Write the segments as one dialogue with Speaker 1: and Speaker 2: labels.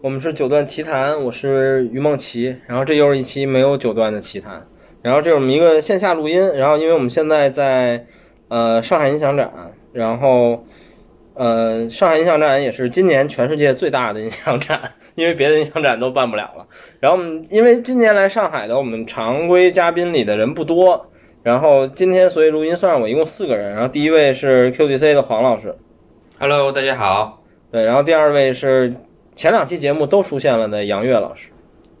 Speaker 1: 我们是九段奇谈，我是于梦琪。然后这又是一期没有九段的奇谈，然后这是我们一个线下录音。然后因为我们现在在呃上海音响展，然后呃上海音响展也是今年全世界最大的音响展， 因为别的音响展都办不了了。然后我们因为今年来上海的我们常规嘉宾里的人不多，然后今天所以录音算是我一共四个人。然后第一位是 QDC 的黄老师，
Speaker 2: Hello，大家好。
Speaker 1: 对，然后第二位是前两期节目都出现了的杨越老师，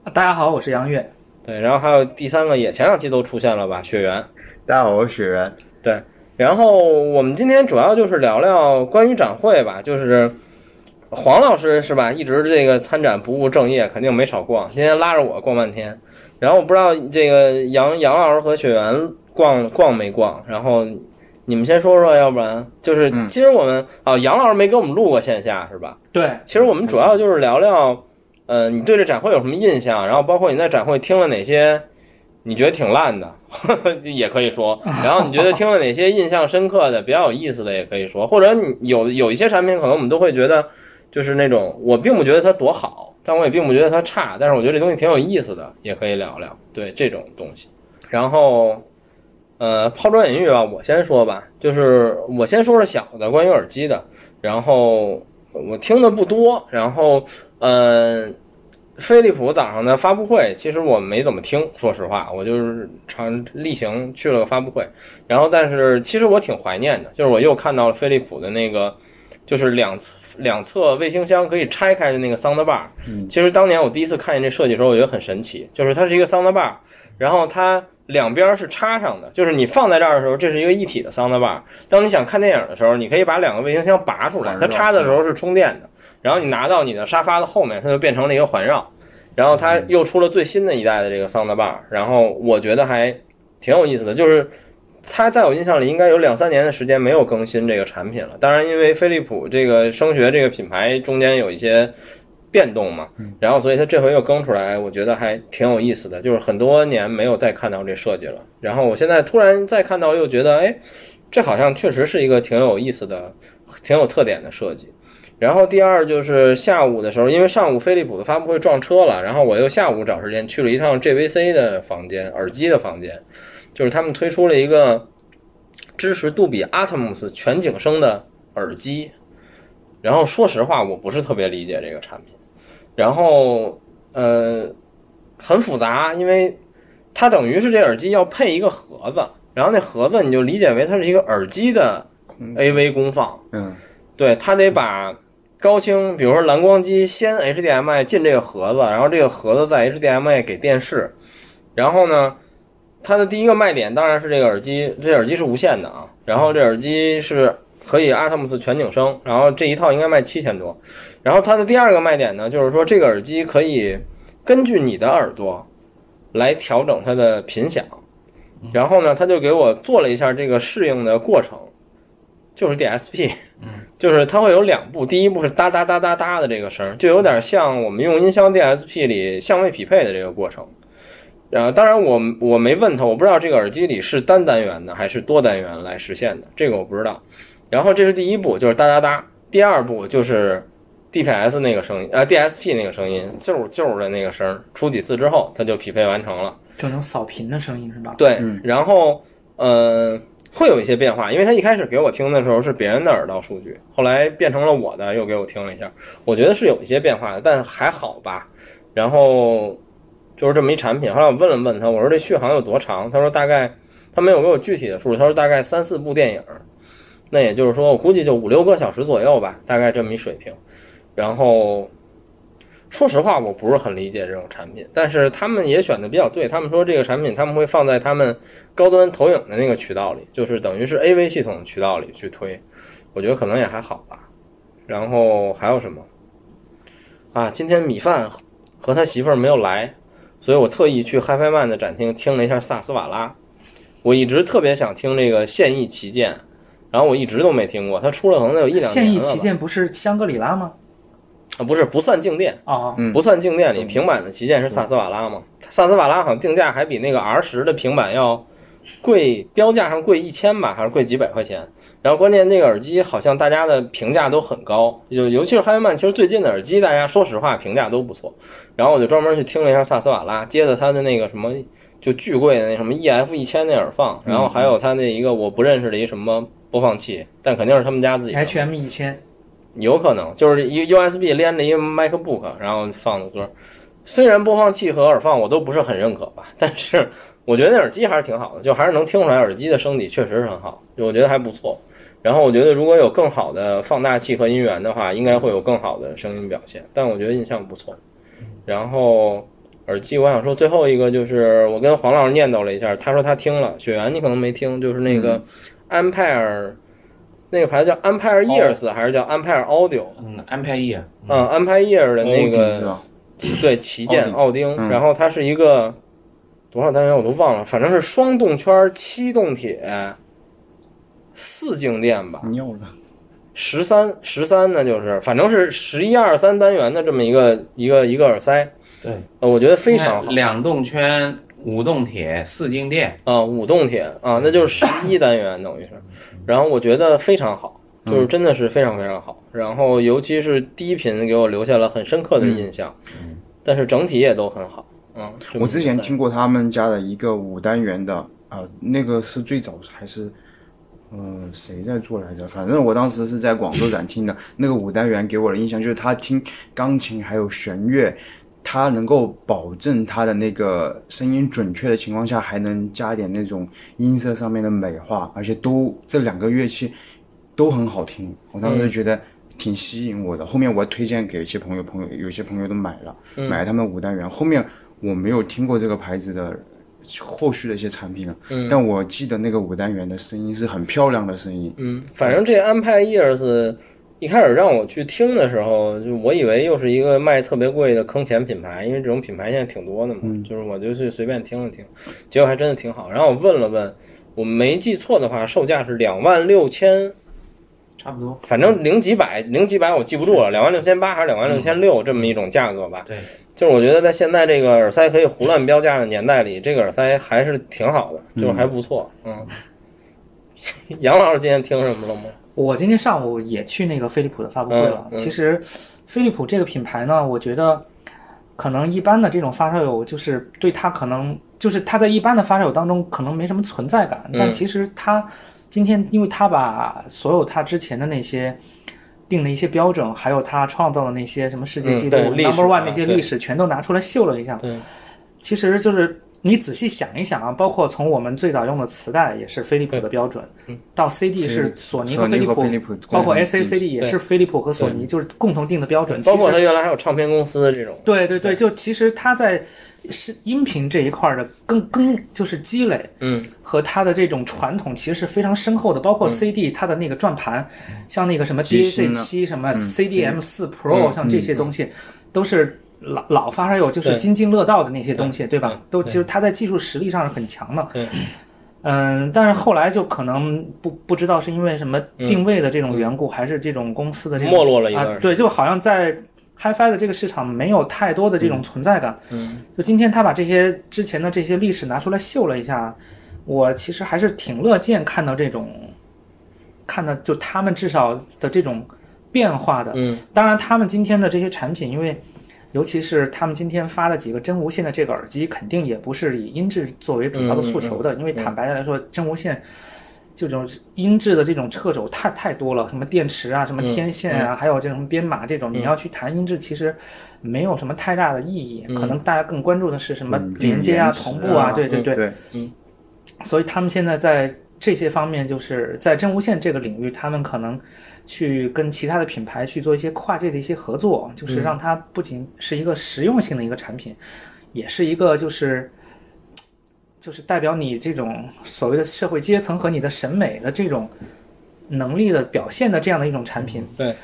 Speaker 3: 啊大家好，我是杨月。
Speaker 1: 对，然后还有第三个也前两期都出现了吧，雪原。
Speaker 4: 大家好，我是雪原。
Speaker 1: 对，然后我们今天主要就是聊聊关于展会吧，就是黄老师是吧，一直这个参展不务正业，肯定没少逛，今天拉着我逛半天。然后我不知道这个杨杨老师和雪原逛逛没逛，然后你们先说说，要不然就是
Speaker 4: 嗯
Speaker 1: 其实我们啊、杨老师没给我们录过线下是吧？
Speaker 3: 对，
Speaker 1: 其实我们主要就是聊聊，呃，你对这展会有什么印象？然后包括你在展会听了哪些你觉得挺烂的， 也可以说。然后你觉得听了哪些印象深刻的、比较有意思的，也可以说。或者你有有一些产品，可能我们都会觉得，就是那种我并不觉得它多好，但我也并不觉得它差，但是我觉得这东西挺有意思的，也可以聊聊。对这种东西，然后。呃，抛砖引玉吧，我先说吧，就是我先说说小的关于耳机的，然后我听的不多，然后呃，飞利浦早上的发布会，其实我没怎么听，说实话，我就是常例行去了个发布会，然后但是其实我挺怀念的，就是我又看到了飞利浦的那个，就是两侧两侧卫星箱可以拆开的那个 soundbar，、
Speaker 4: 嗯
Speaker 1: 其实当年我第一次看见这设计的时候，我觉得很神奇，就是它是一个 soundbar，然后它。两边是插上的，就是你放在这儿的时候，这是一个一体的 soundbar。当你想看电影的时候，你可以把两个卫星箱拔出来，
Speaker 4: 反
Speaker 1: 它
Speaker 4: 着
Speaker 1: 插的时候是充电的，然后你拿到你的沙发的后面，它就变成了一个环绕。然后它又出了最新的一代的这个 soundbar，然后我觉得还挺有意思的，就是它在我印象里应该有两三年的时间没有更新这个产品了。当然，因为飞利浦这个声学这个品牌中间有一些变动嘛，然后所以它这回又更出来，我觉得还挺有意思的。就是很多年没有再看到这设计了，然后我现在突然再看到，又觉得哎，这好像确实是一个挺有意思的、挺有特点的设计。然后第二就是下午的时候，因为上午飞利浦的发布会撞车了，然后我又下午找时间去了一趟 JVC 的房间，耳机的房间，就是他们推出了一个支持杜比 Atmos 全景声的耳机。然后说实话，我不是特别理解这个产品。然后呃，很复杂，因为它等于是这耳机要配一个盒子，然后那盒子你就理解为它是一个耳机的 AV 功放。
Speaker 4: 嗯，
Speaker 1: 对他得把高清，比如说蓝光机先 HDMI 进这个盒子，然后这个盒子再 HDMI 给电视，然后呢，它的第一个卖点当然是这个耳机，这耳机是无线的啊，然后这耳机是可以 Atmos 全景声，然后这一套应该卖七千多，然后它的第二个卖点呢，就是说这个耳机可以根据你的耳朵来调整它的频响，然后呢，他就给我做了一下这个适应的过程，就是 DSP。就是它会有两步，第一步是哒哒哒哒哒的这个声儿，就有点像我们用音箱 DSP 里相位匹配的这个过程。然后，当然我我没问他，我不知道这个耳机里是单单元的还是多单元来实现的，这个我不知道。然后这是第一步，就是哒哒哒；第二步就是 DPS 那个声音，呃 DSP 那个声音，啾啾的那个声儿，出几次之后它就匹配完成了。
Speaker 3: 就那种扫屏的声音是吧？
Speaker 1: 对，
Speaker 4: 嗯
Speaker 1: 然后呃会有一些变化，因为他一开始给我听的时候是别人的耳道数据，后来变成了我的，又给我听了一下，我觉得是有一些变化的，但还好吧。然后就是这么一产品，后来我问了问他，我说这续航有多长？他说大概，他没有给我具体的数，他说大概三四部电影，那也就是说我估计就五六个小时左右吧，大概这么一水平。然后说实话，我不是很理解这种产品，但是他们也选的比较对。他们说这个产品他们会放在他们高端投影的那个渠道里，就是等于是 AV 系统渠道里去推，我觉得可能也还好吧。然后还有什么？啊，今天米饭和他媳妇儿没有来，所以我特意去 HiFi Man 的展厅听了一下萨斯瓦拉。我一直特别想听这个现役旗舰，然后我一直都没听过，它出了可能有一两年了吧。
Speaker 3: 现役旗舰不是香格里拉吗？
Speaker 1: 啊，不是不算静电，
Speaker 3: 哦，
Speaker 4: 嗯
Speaker 1: 不算静电里平板的旗舰是萨斯瓦拉嘛？萨斯瓦拉好像定价还比那个 R 十的平板要贵，标价上贵一千吧，还是贵几百块钱。然后关键这个耳机好像大家的评价都很高，就尤其是哈维曼，其实最近的耳机大家说实话评价都不错。然后我就专门去听了一下萨斯瓦拉，接着他的那个什么就巨贵的那什么 EF 一千那耳放，然后还有他那一个我不认识的一什么播放器，但肯定是他们家自己的。
Speaker 3: ，HM 一千，
Speaker 1: 有可能就是一 USB 连着一 MacBook，然后放的歌。虽然播放器和耳放我都不是很认可吧，但是我觉得那耳机还是挺好的，就还是能听出来耳机的声底确实是很好，就我觉得还不错。然后我觉得如果有更好的放大器和音源的话，应该会有更好的声音表现。但我觉得印象不错。然后耳机，我想说最后一个就是我跟黄老师念叨了一下，他说他听了，雪原你可能没听，就是那个安派尔，那个牌子叫安派尔 Ears、还是叫安派尔 Audio？
Speaker 2: 嗯，安排一，
Speaker 1: 嗯，安派 Ear 的那
Speaker 4: 哦
Speaker 1: 个、对旗舰奥丁，然后它是一个多少单元我都忘了，反正是双动圈、七动铁、四静电吧，
Speaker 4: 你又了，
Speaker 1: 十三十三呢，就是反正是十一二三单元的这么一个一个一个耳塞，
Speaker 2: 对，
Speaker 1: 呃，我觉得非常好。
Speaker 2: 两动圈，五动铁，四静电，
Speaker 1: 啊，五动铁啊，那就是十一单元等于是，然后我觉得非常好，
Speaker 4: 嗯
Speaker 1: 就是真的是非常非常好。然后尤其是低频给我留下了很深刻的印象，但是整体也都很好。嗯，这么
Speaker 4: 嗯我之前
Speaker 1: 一个赛
Speaker 4: 听过他们家的一个五单元的啊、那个是最早还是。嗯、谁在做来着？反正我当时是在广州展 厅的，那个五单元给我的印象就是他听钢琴还有弦乐，他能够保证他的那个声音准确的情况下，还能加点那种音色上面的美化，而且都这两个乐器都很好听，我当时就觉得挺吸引我的。后面我还推荐给一些朋友，朋友有些朋友都买了，买了他们五单元。后面我没有听过这个牌子的后续的一些产品了，但我记得那个五单元的声音是很漂亮的声音，
Speaker 1: 嗯，反正这安派 Ears 一开始让我去听的时候，就我以为又是一个卖特别贵的坑钱品牌，因为这种品牌现在挺多的嘛，
Speaker 4: 嗯
Speaker 1: 就是我就去随便听了听，结果还真的挺好。然后我问了问，我没记错的话，售价是两万六千
Speaker 2: 差不多。
Speaker 1: 反正零几百，零几百我记不住了，两万六千八还是两万六千六这么一种价格吧。
Speaker 2: 对，
Speaker 1: 就是我觉得在现在这个耳塞可以胡乱标价的年代里，这个耳塞还是挺好的，就是还不错。嗯，杨老师今天听什么了吗？
Speaker 3: 我今天上午也去那个飞利浦的发布会了。
Speaker 1: 嗯嗯
Speaker 3: 其实，飞利浦这个品牌呢，我觉得可能一般的这种发烧友，就是对它可能就是它在一般的发烧友当中可能没什么存在
Speaker 1: 嗯
Speaker 3: 感，但其实它今天，因为它把所有它之前的那些。定的一些标准，还有它创造的那些什么世界纪录、
Speaker 1: 嗯对历史
Speaker 3: number one
Speaker 1: 啊
Speaker 3: 那些
Speaker 1: 对
Speaker 3: 历史，全都拿出来秀了一下。
Speaker 1: 对，
Speaker 3: 其实就是你仔细想一想啊，包括从我们最早用的磁带也是飞利浦的标准，
Speaker 1: 嗯
Speaker 3: 到 CD 是索尼和飞利
Speaker 4: 索尼和
Speaker 3: 浦
Speaker 4: 飞利浦，
Speaker 3: 包括
Speaker 4: 共同定
Speaker 3: SACD 也是飞利浦和索尼就是共同定的标准。
Speaker 1: 包括
Speaker 3: 其
Speaker 1: 他
Speaker 3: 实
Speaker 1: 原来还有唱片公司这种。
Speaker 3: 对对对，就其实它在是音频这一块儿的更更就是积累，
Speaker 1: 嗯，
Speaker 3: 和它的这种传统其实是非常深厚的，包括 CD 它的那个转盘，像那个什么
Speaker 4: 机芯
Speaker 3: DAC
Speaker 4: 呢
Speaker 3: 七、什么 CDM 四 Pro，、像这些东西，都是老老发烧友就是
Speaker 1: 对
Speaker 3: 津津乐道的那些东西，对吧？都其实它在技术实力上是很强的。
Speaker 1: 对
Speaker 3: 嗯，但是后来就可能不不知道是因为什么定位的这种缘故，还是这种公司的这种
Speaker 1: 没落了一段时，
Speaker 3: 啊
Speaker 1: 间
Speaker 3: 对，就好像在 HiFi 的这个市场没有太多的这种存在感。嗯，就今天他把这些之前的这些历史拿出来秀了一下，我其实还是挺乐见看到这种，看到就他们至少的这种变化的。
Speaker 1: 嗯，
Speaker 3: 当然，他们今天的这些产品，因为尤其是他们今天发的几个真无线的这个耳机，肯定也不是以音质作为主要
Speaker 1: 嗯
Speaker 3: 的诉求的，因为坦白的来说，真无线这种音质的这种掣肘太太多了，什么电池啊，什么天线啊，还有这种编码这种，你要去谈音质，其实没有什么太大的意义。可能大家更关注的是什么嗯连接啊、
Speaker 4: 延迟
Speaker 3: 同步啊，对对
Speaker 4: 对
Speaker 3: 对。
Speaker 4: 对，
Speaker 3: 所以他们现在在这些方面，就是在真无线这个领域，他们可能去跟其他的品牌去做一些跨界的一些合作，就是让它不仅是一个实用性的一个产品，也是一个就是。就是代表你这种所谓的社会阶层和你的审美的这种能力的表现的这样的一种产品，
Speaker 1: 嗯对，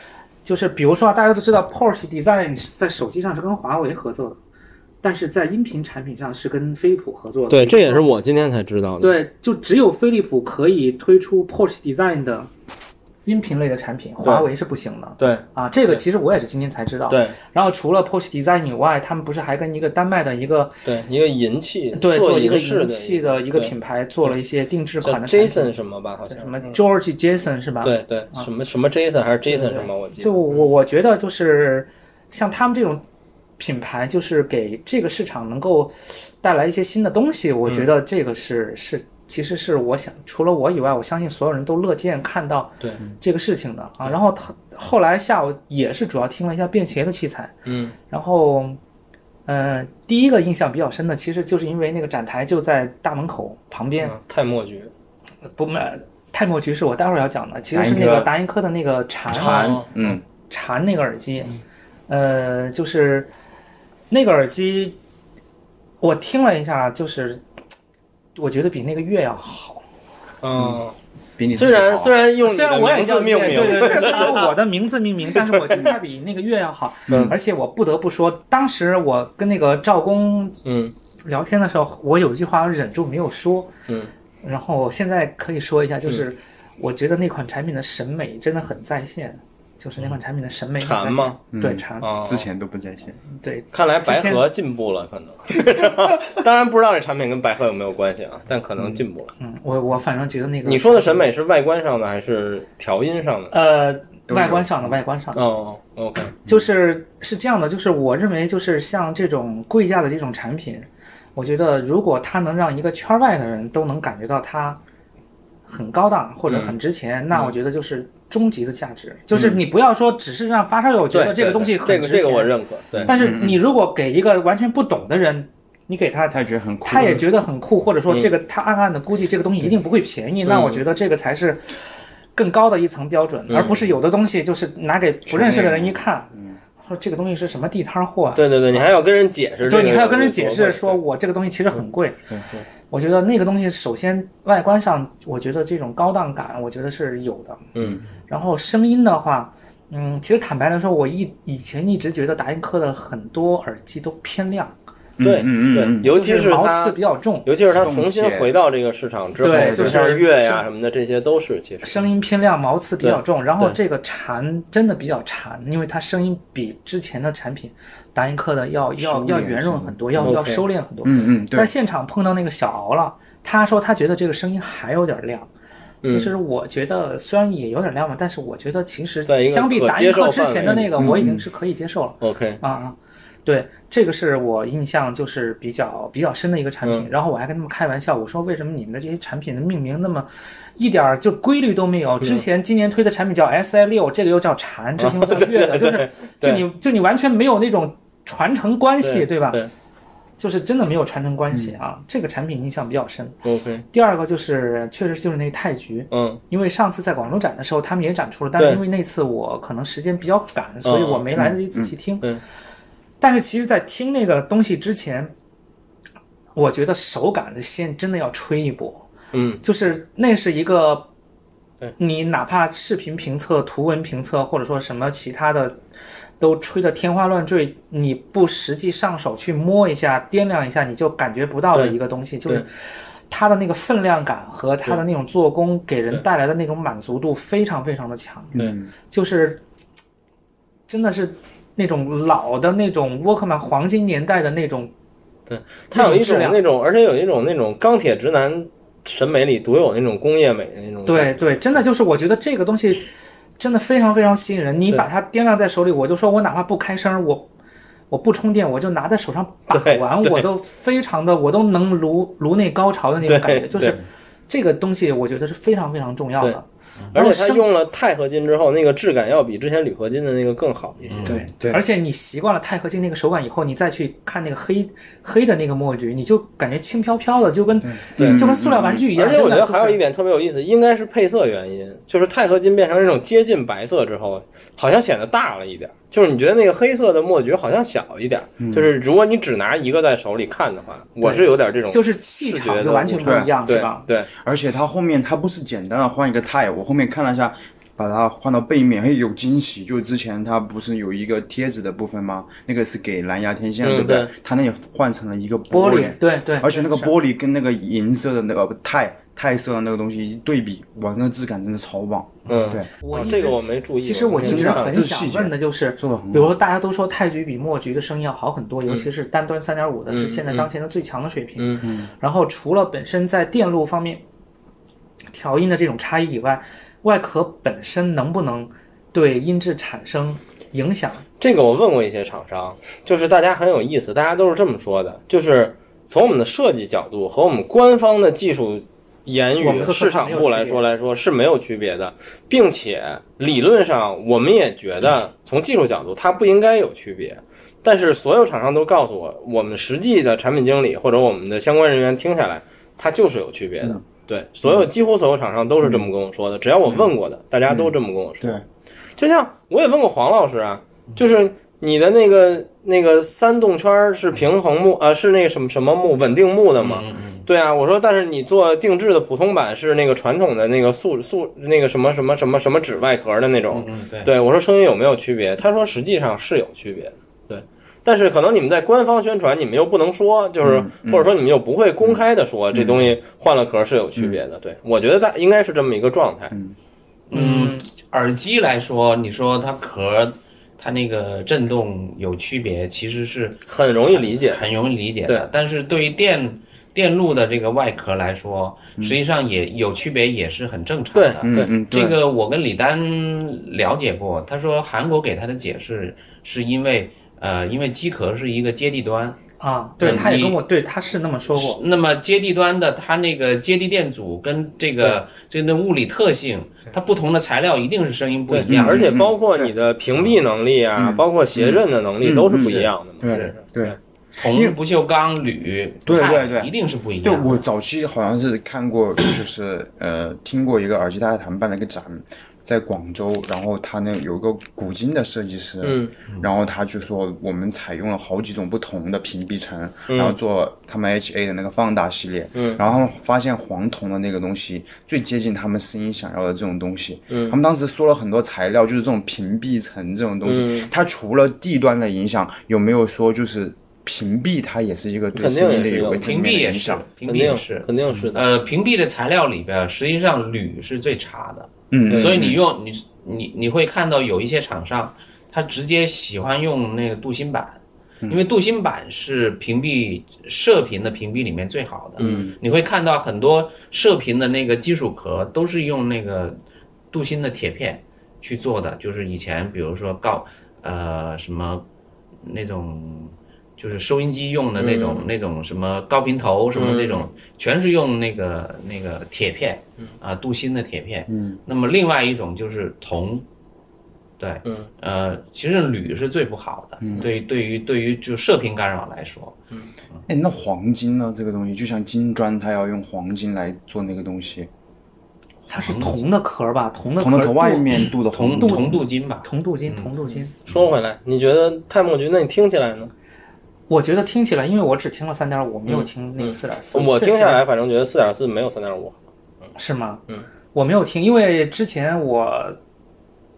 Speaker 3: 就是比如说啊，大家都知道 Porsche Design 是在手机上是跟华为合作的，但是在音频产品上是跟飞利浦合
Speaker 1: 啊
Speaker 3: 作的。比如说
Speaker 1: 我今天才知道。
Speaker 3: 对，就只有飞利浦可以推出 Porsche Design 的音频类的产品，华为是不行的
Speaker 1: 对
Speaker 3: 啊。这个其实我也是今天才知道。
Speaker 1: 对
Speaker 3: 然后除了 Post Design 以外，他们不是还跟一个丹麦的一个
Speaker 1: 对，一个银器，
Speaker 3: 对
Speaker 1: 做
Speaker 3: 做一个
Speaker 1: 银饰
Speaker 3: 银器的一个
Speaker 1: 对
Speaker 3: 品牌做了一些定制款的
Speaker 1: 叫
Speaker 3: 产品，
Speaker 1: Jason 什么吧，好像
Speaker 3: 什么 George Jason 是吧？
Speaker 1: 对对，什么什么 Jason 还是 Jason 什么，我记得
Speaker 3: 啊就我我觉得就是像他们这种品牌，就是给这个市场能够带来一些新的东西，我
Speaker 1: 嗯
Speaker 3: 觉得这个是、是。其实是我想，除了我以外，我相信所有人都乐见看到
Speaker 1: 对
Speaker 3: 这个事情的啊。然后他后来下午也是主要听了一下便携的器材，
Speaker 1: 嗯
Speaker 3: 然后，嗯、第一个印象比较深的，其实就是因为那个展台就在大门口旁边，
Speaker 1: 啊太墨菊
Speaker 3: 不买。泰墨局是我待会儿要讲的，其实是那个达音科的那个蝉嗯
Speaker 4: 蝉，嗯，
Speaker 3: 蝉那个耳机，呃，就是那个耳机，我听了一下，就是我觉得比那个月要好。
Speaker 1: 嗯，
Speaker 4: 比你
Speaker 1: 虽然虽
Speaker 4: 然
Speaker 1: 然用你
Speaker 3: 虽
Speaker 1: 的
Speaker 3: 然我也
Speaker 1: 名
Speaker 3: 叫
Speaker 1: 字命
Speaker 3: 月对
Speaker 1: 名，
Speaker 3: 对，对是用我的名字命名，但是我觉得它比那个月 要好。
Speaker 1: 嗯
Speaker 3: 而且我不得不说，当时我跟那个赵工
Speaker 1: 嗯
Speaker 3: 聊天的时候，我有一句话忍住没有说，
Speaker 1: 嗯，
Speaker 3: 然后现在可以说一下，就是我觉得那款产品的审美真的很在线，就是那款产品的审美很在线
Speaker 1: 蝉吗？
Speaker 3: 对，蝉，
Speaker 1: 啊，
Speaker 4: 之前都不在线，
Speaker 3: 对，
Speaker 1: 看来白河进步了，可能。 当然不知道这产品跟白河有没有关系啊，但可能进步了。
Speaker 3: 嗯，我我反正觉得那个
Speaker 1: 你说的审美是外观上的还是调音上的？
Speaker 3: 呃，
Speaker 4: 都有
Speaker 3: 外观上的外观上的，
Speaker 1: 哦，OK，
Speaker 3: 就是是这样的，就是我认为就是像这种贵价的这种产品，我觉得如果它能让一个圈外的人都能感觉到它很高档或
Speaker 1: 嗯
Speaker 3: 者很值钱，那我觉得就是终极的价值。就是你不要说只是让发烧友觉
Speaker 1: 对
Speaker 3: 得这个
Speaker 1: 对
Speaker 3: 东西
Speaker 1: 对这
Speaker 3: 很值
Speaker 1: 个
Speaker 3: 钱，嗯
Speaker 1: 这个我认可，嗯对，
Speaker 3: 但是你如果给一个完全不懂的人，你给他，
Speaker 4: 他也觉得很酷，
Speaker 3: 他也觉得很酷，或者
Speaker 1: 嗯
Speaker 3: 说这个他暗暗的估计这个东西一定不会便宜，那我觉得这个才是更高的一层标
Speaker 1: 嗯
Speaker 3: 准，而不是有的东西就是拿给不认识的人一看，说这个东西是什么地摊货啊？
Speaker 1: 对对对，你还要跟人解释这个有多贵，
Speaker 3: 对你还要跟人解释说我这个东西其实
Speaker 1: 嗯
Speaker 3: 很贵。嗯我觉得那个东西首先外观上，我觉得这种高档感，我觉得是有的。
Speaker 1: 嗯，
Speaker 3: 然后声音的话，嗯，其实坦白来说，我一以前一直觉得达音科的很多耳机都偏亮，
Speaker 1: 对
Speaker 4: 嗯嗯
Speaker 1: 对
Speaker 4: 嗯，
Speaker 1: 尤其
Speaker 3: 就是
Speaker 1: 是
Speaker 3: 毛
Speaker 1: 它
Speaker 3: 刺比较重，
Speaker 1: 尤其是他重新回到这个市场之后，
Speaker 3: 对
Speaker 4: 就是
Speaker 1: 像月呀、什么的，这些都是其实
Speaker 3: 声音偏亮，毛刺比较重。然后
Speaker 1: 对
Speaker 3: 这个蝉真的比较蝉，因为它声音比之前的产品达音科的要要
Speaker 4: 收敛
Speaker 3: 要圆润很多，要
Speaker 1: OK
Speaker 3: 要收敛很多。
Speaker 4: 嗯嗯
Speaker 3: 在
Speaker 4: 对，
Speaker 3: 现场碰到那个小敖了，他说他觉得这个声音还有点亮。
Speaker 1: 嗯
Speaker 3: 其实我觉得虽然也有点亮吧，但是我觉得其实
Speaker 1: 在一个
Speaker 3: 相比
Speaker 1: 可
Speaker 3: 达
Speaker 1: 接
Speaker 3: 音
Speaker 1: 受
Speaker 3: 科之前的
Speaker 1: 范围嗯
Speaker 3: 那个，我已经是可以接受了。
Speaker 1: OK。
Speaker 3: 啊啊，对，这个是我印象就是比较比较深的一个产
Speaker 1: 嗯
Speaker 3: 品。然后我还跟他们开玩笑，我说为什么你们的这些产品的命名那么一点儿就规律都没有？之前今年推的产品叫 SI 六，这个又叫蝉，之前又叫月的，就是就
Speaker 1: 啊对
Speaker 3: 你就你完全没有那种传承关系，对吧？
Speaker 1: 对嗯
Speaker 3: 就是真的没有传承关系啊。这个产品印象比较深。
Speaker 1: ，OK，
Speaker 3: 第二个就是确实就是那个泰局，
Speaker 1: 嗯，
Speaker 3: 因为上次在广州展的时候，他们也展出了，但是
Speaker 1: 对嗯
Speaker 3: 因为那次我可能时间比较赶，所以我没来得及仔细听。
Speaker 1: 嗯嗯
Speaker 3: 但是其实，在听那个东西之前，我觉得手感的线真的要吹一波。
Speaker 1: 嗯，
Speaker 3: 就是那是一个
Speaker 1: 对，
Speaker 3: 你哪怕视频评测、图文评测，或者说什么其他的，都吹得天花乱坠，你不实际上手去摸一下、掂量一下，你就感觉不到的
Speaker 1: 对
Speaker 3: 一个东西，就是它的那个分量感和它的那种做工给人带来的那种满足度非常非常的强，
Speaker 1: 对
Speaker 4: 嗯
Speaker 3: 就是嘖真的是那种老的那种沃克曼黄金年代的那种，
Speaker 1: 它有一
Speaker 3: 质
Speaker 1: 种
Speaker 3: 量
Speaker 1: 那种，而且有一种那种钢铁直男审美里独有那种工业美的那种，
Speaker 3: 对，对，真的就是我觉得这个东西真的非常非常吸引人，你
Speaker 1: 对
Speaker 3: 把它掂量在手里，我就说我哪怕不开声，我。我不充电，我就拿在手上把
Speaker 1: 对
Speaker 3: 玩，
Speaker 1: 对
Speaker 3: 我都非常的，我都能颅颅内高潮的那种
Speaker 1: 对
Speaker 3: 感觉，就是
Speaker 1: 对
Speaker 3: 这个东西，我觉得是非常非常重要
Speaker 1: 对
Speaker 3: 的。
Speaker 1: 而且
Speaker 3: 然后
Speaker 1: 它
Speaker 3: 声
Speaker 1: 用了钛合金之后，那个质感要比之前铝合金的那个更好一些，
Speaker 3: 嗯
Speaker 4: 对
Speaker 3: 而且你习惯了钛合金那个手感以后，你再去看那个黑黑的那个墨菊，你就感觉轻飘飘的，就跟
Speaker 1: 嗯对
Speaker 3: 就跟塑料玩具一样。
Speaker 1: 而且我觉得
Speaker 3: 真的
Speaker 1: 还有
Speaker 3: 就是
Speaker 1: 一点特别有意思，应该是配色原因，就是钛合金变成这种接近白色之后，好像显得大了一点儿，就是你觉得那个黑色的墨菊好像小一点儿，
Speaker 3: 嗯
Speaker 1: 就是如果你只拿一个在手里看的话，我是有点这种
Speaker 3: 就是气
Speaker 1: 视觉
Speaker 3: 场
Speaker 1: 的
Speaker 3: 就完全不一样，是
Speaker 1: 对
Speaker 3: 吧？
Speaker 1: 对
Speaker 4: 而且它后面它不是简单的换一个 tie，我后面看了一下，把它换到背面，嘿，有惊喜。就之前它不是有一个贴纸的部分吗？那个是给蓝牙天线，
Speaker 1: 嗯
Speaker 4: 对不对
Speaker 1: 对？
Speaker 4: 它那也换成了一个
Speaker 3: 玻
Speaker 4: 璃，
Speaker 3: 对对，
Speaker 4: 而且那个
Speaker 3: 是
Speaker 4: 玻璃跟那个银色的那个 tie 泰瑟那个东西一对比，哇，那质感真的超棒。
Speaker 1: 嗯，
Speaker 4: 对，
Speaker 3: 我
Speaker 1: 啊
Speaker 3: 一
Speaker 1: 这个
Speaker 3: 直
Speaker 1: 我没注意
Speaker 3: 其实
Speaker 1: 我
Speaker 3: 我
Speaker 1: 没
Speaker 3: 一
Speaker 1: 有
Speaker 3: 直
Speaker 1: 看
Speaker 3: 很
Speaker 4: 这是细
Speaker 3: 想
Speaker 4: 节
Speaker 3: 问的就是，
Speaker 4: 做的很好。
Speaker 3: 比如说大家都说泰局比墨局的生意要好很多，尤其是单端三点五的是现在当前的最强的水平。
Speaker 1: 嗯
Speaker 3: 然后除了本身在电路方面调音的这种差异以外，外壳本身能不能对音质产生影响？
Speaker 1: 这个我问过一些厂商，就是大家很有意思，大家都是这么说的，就是从我们的设计角度和我们官方的技术言
Speaker 3: 我们
Speaker 1: 语
Speaker 3: 都
Speaker 1: 市
Speaker 3: 说它
Speaker 1: 场
Speaker 3: 没有
Speaker 1: 部来
Speaker 3: 区
Speaker 1: 说来说是没有区别的，并且理论上我们也觉得从技术角度它不应该有区别。但是所有厂商都告诉我，我们实际的产品经理或者我们的相关人员听下来，它就是有区别的。对，所有几乎所有厂商都是这么跟我说的，只要我问过的，大家都这么跟我说。
Speaker 4: 对，
Speaker 1: 就像我也问过黄老师啊，就是你的那个那个三动圈儿是平衡木啊、呃是那个什么什么木稳定木的吗？
Speaker 2: 嗯嗯
Speaker 1: 对啊，我说，但是你做定制的普通版是那个传统的那个塑塑那个什么什么什么什么纸外壳的那种
Speaker 2: 嗯，嗯，对，
Speaker 1: 对我说声音有没有区别？他说实际上是有区别的，对。但是可能你们在官方宣传，你们又不能说，就是、
Speaker 2: 嗯
Speaker 1: 或者说你们又不会公开的说、这东西换了壳是有区别的。对我觉得大应该是这么一个状态。
Speaker 2: 嗯，耳机来说，你说它壳，它那个震动有区别，其实是
Speaker 1: 很容易理解，
Speaker 2: 很容易理解的。但是对于电电路的这个外壳来说，实际上也有区别，也是很正常的。
Speaker 1: 对
Speaker 4: 嗯嗯，对
Speaker 2: 这个我跟李丹了解过，他说韩国给他的解释是因为，呃，因为机壳是一个接地端，
Speaker 3: 啊，对，
Speaker 2: 嗯
Speaker 3: 他也
Speaker 2: 你
Speaker 3: 跟我对他是那么说过，
Speaker 2: 那么接地端的它那个接地电阻跟这个这个物理特性，它不同的材料一定是声音不
Speaker 1: 对
Speaker 2: 一，样。
Speaker 1: 而且包括你的屏蔽能力啊，包括谐振的能力
Speaker 4: 嗯
Speaker 1: 都是不一样的嘛。
Speaker 4: 对对
Speaker 2: 铜、不锈钢、铝，
Speaker 4: 嗯对
Speaker 2: 钛
Speaker 4: 对对
Speaker 2: 一定是不一
Speaker 4: 对，
Speaker 2: 样的。
Speaker 4: 我早期好像是看过， 就是呃，听过一个耳机大家谈办了一个展，在广州，然后他那有一个古今的设计师，
Speaker 1: 嗯，
Speaker 4: 然后他就说我们采用了好几种不同的屏蔽层，然后做他们 HA 的那个放大系列，嗯，然后他们发现黄铜的那个东西最接近他们声音想要的这种东西，嗯，他们当时说了很多材料，就是这种屏蔽层这种东西，它除了地端的影响，有没有说就是？屏蔽它也是一个对
Speaker 1: 肯定
Speaker 4: 声
Speaker 1: 也
Speaker 4: 音的
Speaker 1: 是
Speaker 4: 有
Speaker 1: 有
Speaker 4: 个
Speaker 2: 屏
Speaker 4: 正面
Speaker 2: 蔽也
Speaker 4: 的影
Speaker 2: 是
Speaker 4: 响，，
Speaker 2: 屏
Speaker 1: 肯
Speaker 2: 蔽
Speaker 1: 定
Speaker 2: 也是。
Speaker 1: 肯定是的。
Speaker 2: 呃，屏蔽的材料里边，实际上铝是最差的。
Speaker 4: 嗯，
Speaker 2: 所以你用你你你会看到有一些厂商，他直接喜欢用那个镀锌板，因为镀锌板是屏蔽射频的屏蔽里面最好的。嗯，你会看到很多射频的那个金属壳都是用那个镀锌的铁片去做的，就是以前比如说告呃什么那种。就是收音机用的那
Speaker 4: 嗯
Speaker 2: 种、那种什么高频头什么这种，全是用那个那个铁片，
Speaker 4: 嗯
Speaker 2: 啊镀锌的铁片，那么另外一种就是铜，对，嗯，呃，其实铝是最不好的，
Speaker 4: 嗯
Speaker 2: 对于对于对于就射频干扰来说，
Speaker 4: 哎，那黄金呢？这个东西就像金砖，它要用黄金来做那个东西，
Speaker 3: 它是铜的壳吧？铜的
Speaker 4: 铜的壳
Speaker 3: 镀
Speaker 4: 外面镀的
Speaker 2: 铜
Speaker 4: 红，
Speaker 2: 铜镀金吧，
Speaker 3: 铜镀金，铜
Speaker 1: 嗯
Speaker 3: 镀金。
Speaker 1: 说回来，你觉得泰墨局那你听起来呢？
Speaker 3: 我觉得听起来，因为我只听了三点五，没有听那个四点四。
Speaker 1: 嗯我
Speaker 3: 确
Speaker 1: 听
Speaker 3: 实
Speaker 1: 下来，反正觉得四点四没有三点五。
Speaker 3: 是吗？嗯，我没有听，因为之前我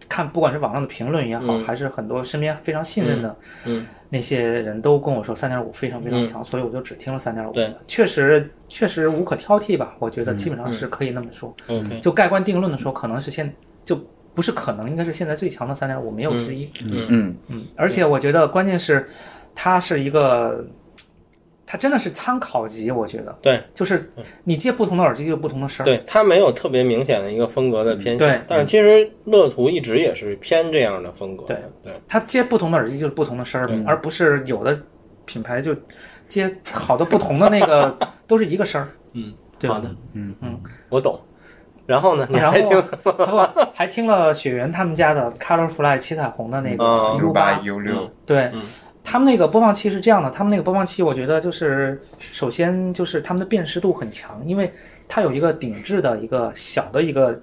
Speaker 3: 看不管是网上的评论也好，还是很多身边非常信任的
Speaker 1: 嗯
Speaker 3: 那些人都跟我说三点五非常非常强，所以我就只听了三点五。
Speaker 1: 对，嗯
Speaker 3: 确实确实无可挑剔吧，我觉得基本上是可以那么说。
Speaker 1: OK，
Speaker 3: 就盖棺定论的说，可能是现就不是可能，应该是现在最强的三点五，没有之一。
Speaker 4: 嗯，
Speaker 3: 嗯，而且我觉得关键是，它是一个，它真的是参考级，我觉得
Speaker 1: 对嗯
Speaker 3: 就是你接不同的耳机就有不同的声儿。
Speaker 1: 对，它没有特别明显的一个风格的偏向。
Speaker 3: 对
Speaker 1: 但是其实乐图一直也是偏这样的风格。
Speaker 3: 对
Speaker 1: 对，
Speaker 3: 它接不同的耳机就是不同的声儿，
Speaker 1: 嗯
Speaker 3: 而不是有的品牌就接好多不同的那 个都是一个声儿。
Speaker 1: 嗯，
Speaker 3: 对吧？
Speaker 1: 我懂。然后呢？你
Speaker 3: 然后
Speaker 1: 还听？
Speaker 3: 我还听了雪原他们家的 Colorfly 七彩虹的那个
Speaker 1: 嗯
Speaker 3: U
Speaker 4: 六
Speaker 3: 八
Speaker 4: 八，U 六，
Speaker 3: 对。他们那个播放器是这样的，他们那个播放器，我觉得就是首先就是他们的辨识度很强，因为它有一个顶置的一个小的一个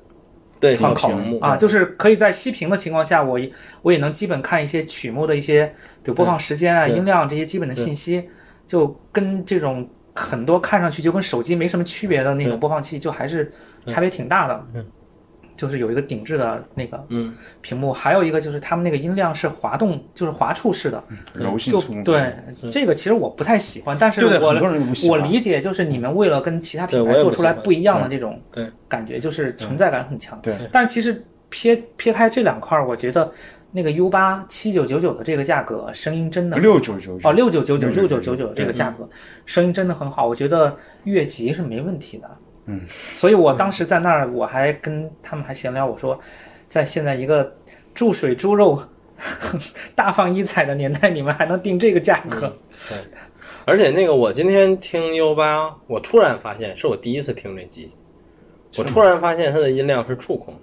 Speaker 1: 对，
Speaker 3: 窗
Speaker 1: 小
Speaker 3: 口
Speaker 1: 屏幕
Speaker 3: 啊，就是可以在熄屏的情况下，我也我也能基本看一些曲目的一些，比如播放时间啊、
Speaker 1: 对
Speaker 3: 音量这些基本的信息，就跟这种很多看上去就跟手机没什么区别的那种播放器，就还是差别挺大的。就是有一个顶置的那个
Speaker 1: 嗯
Speaker 3: 屏幕，还有一个就是他们那个音量是滑动，就是滑触式的，
Speaker 1: 嗯
Speaker 4: 柔性
Speaker 3: 就
Speaker 4: 触摸。
Speaker 3: 对这个其实我不太喜欢，但是
Speaker 4: 对对很多
Speaker 3: 我
Speaker 4: 人都不喜
Speaker 3: 我
Speaker 4: 欢
Speaker 3: 理解就是你们为了跟其他品
Speaker 1: 对
Speaker 3: 牌
Speaker 1: 我也不
Speaker 3: 做出来
Speaker 1: 喜欢
Speaker 3: 不一样的这种
Speaker 1: 对
Speaker 3: 感觉，就是存在感很强。
Speaker 4: 对，
Speaker 3: 但是其实撇撇开这两块儿，我觉得那个 U 八七九九九的这个价格，声音真的
Speaker 4: 六九九
Speaker 3: 哦
Speaker 4: 九，
Speaker 3: 六九九九六九嗯九
Speaker 4: 6999
Speaker 3: 九这个价格，声音真的很好，我觉得越级是没问题的。
Speaker 4: 嗯，
Speaker 3: 所以我当时在那儿，我还跟他们还闲聊，我说，在现在一个注水猪肉 大放异彩的年代，你们还能定这个价格？
Speaker 1: 而且那个我今天听 U 八，我突然发现是我第一次听这机，我突然发现它的音量是触控的，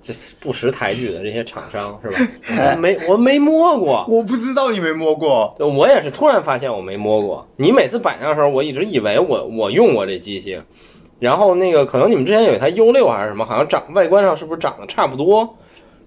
Speaker 1: 这是不识抬举的这些厂商是吧？ 我没我没摸过，
Speaker 4: 我不知道你没摸过，
Speaker 1: 对我也是突然发现我没摸过。你每次摆那的时候，我一直以为我我用过这机器，然后那个可能你们之前有一台 U 六还是什么，好像长外观上是不是长得差不多？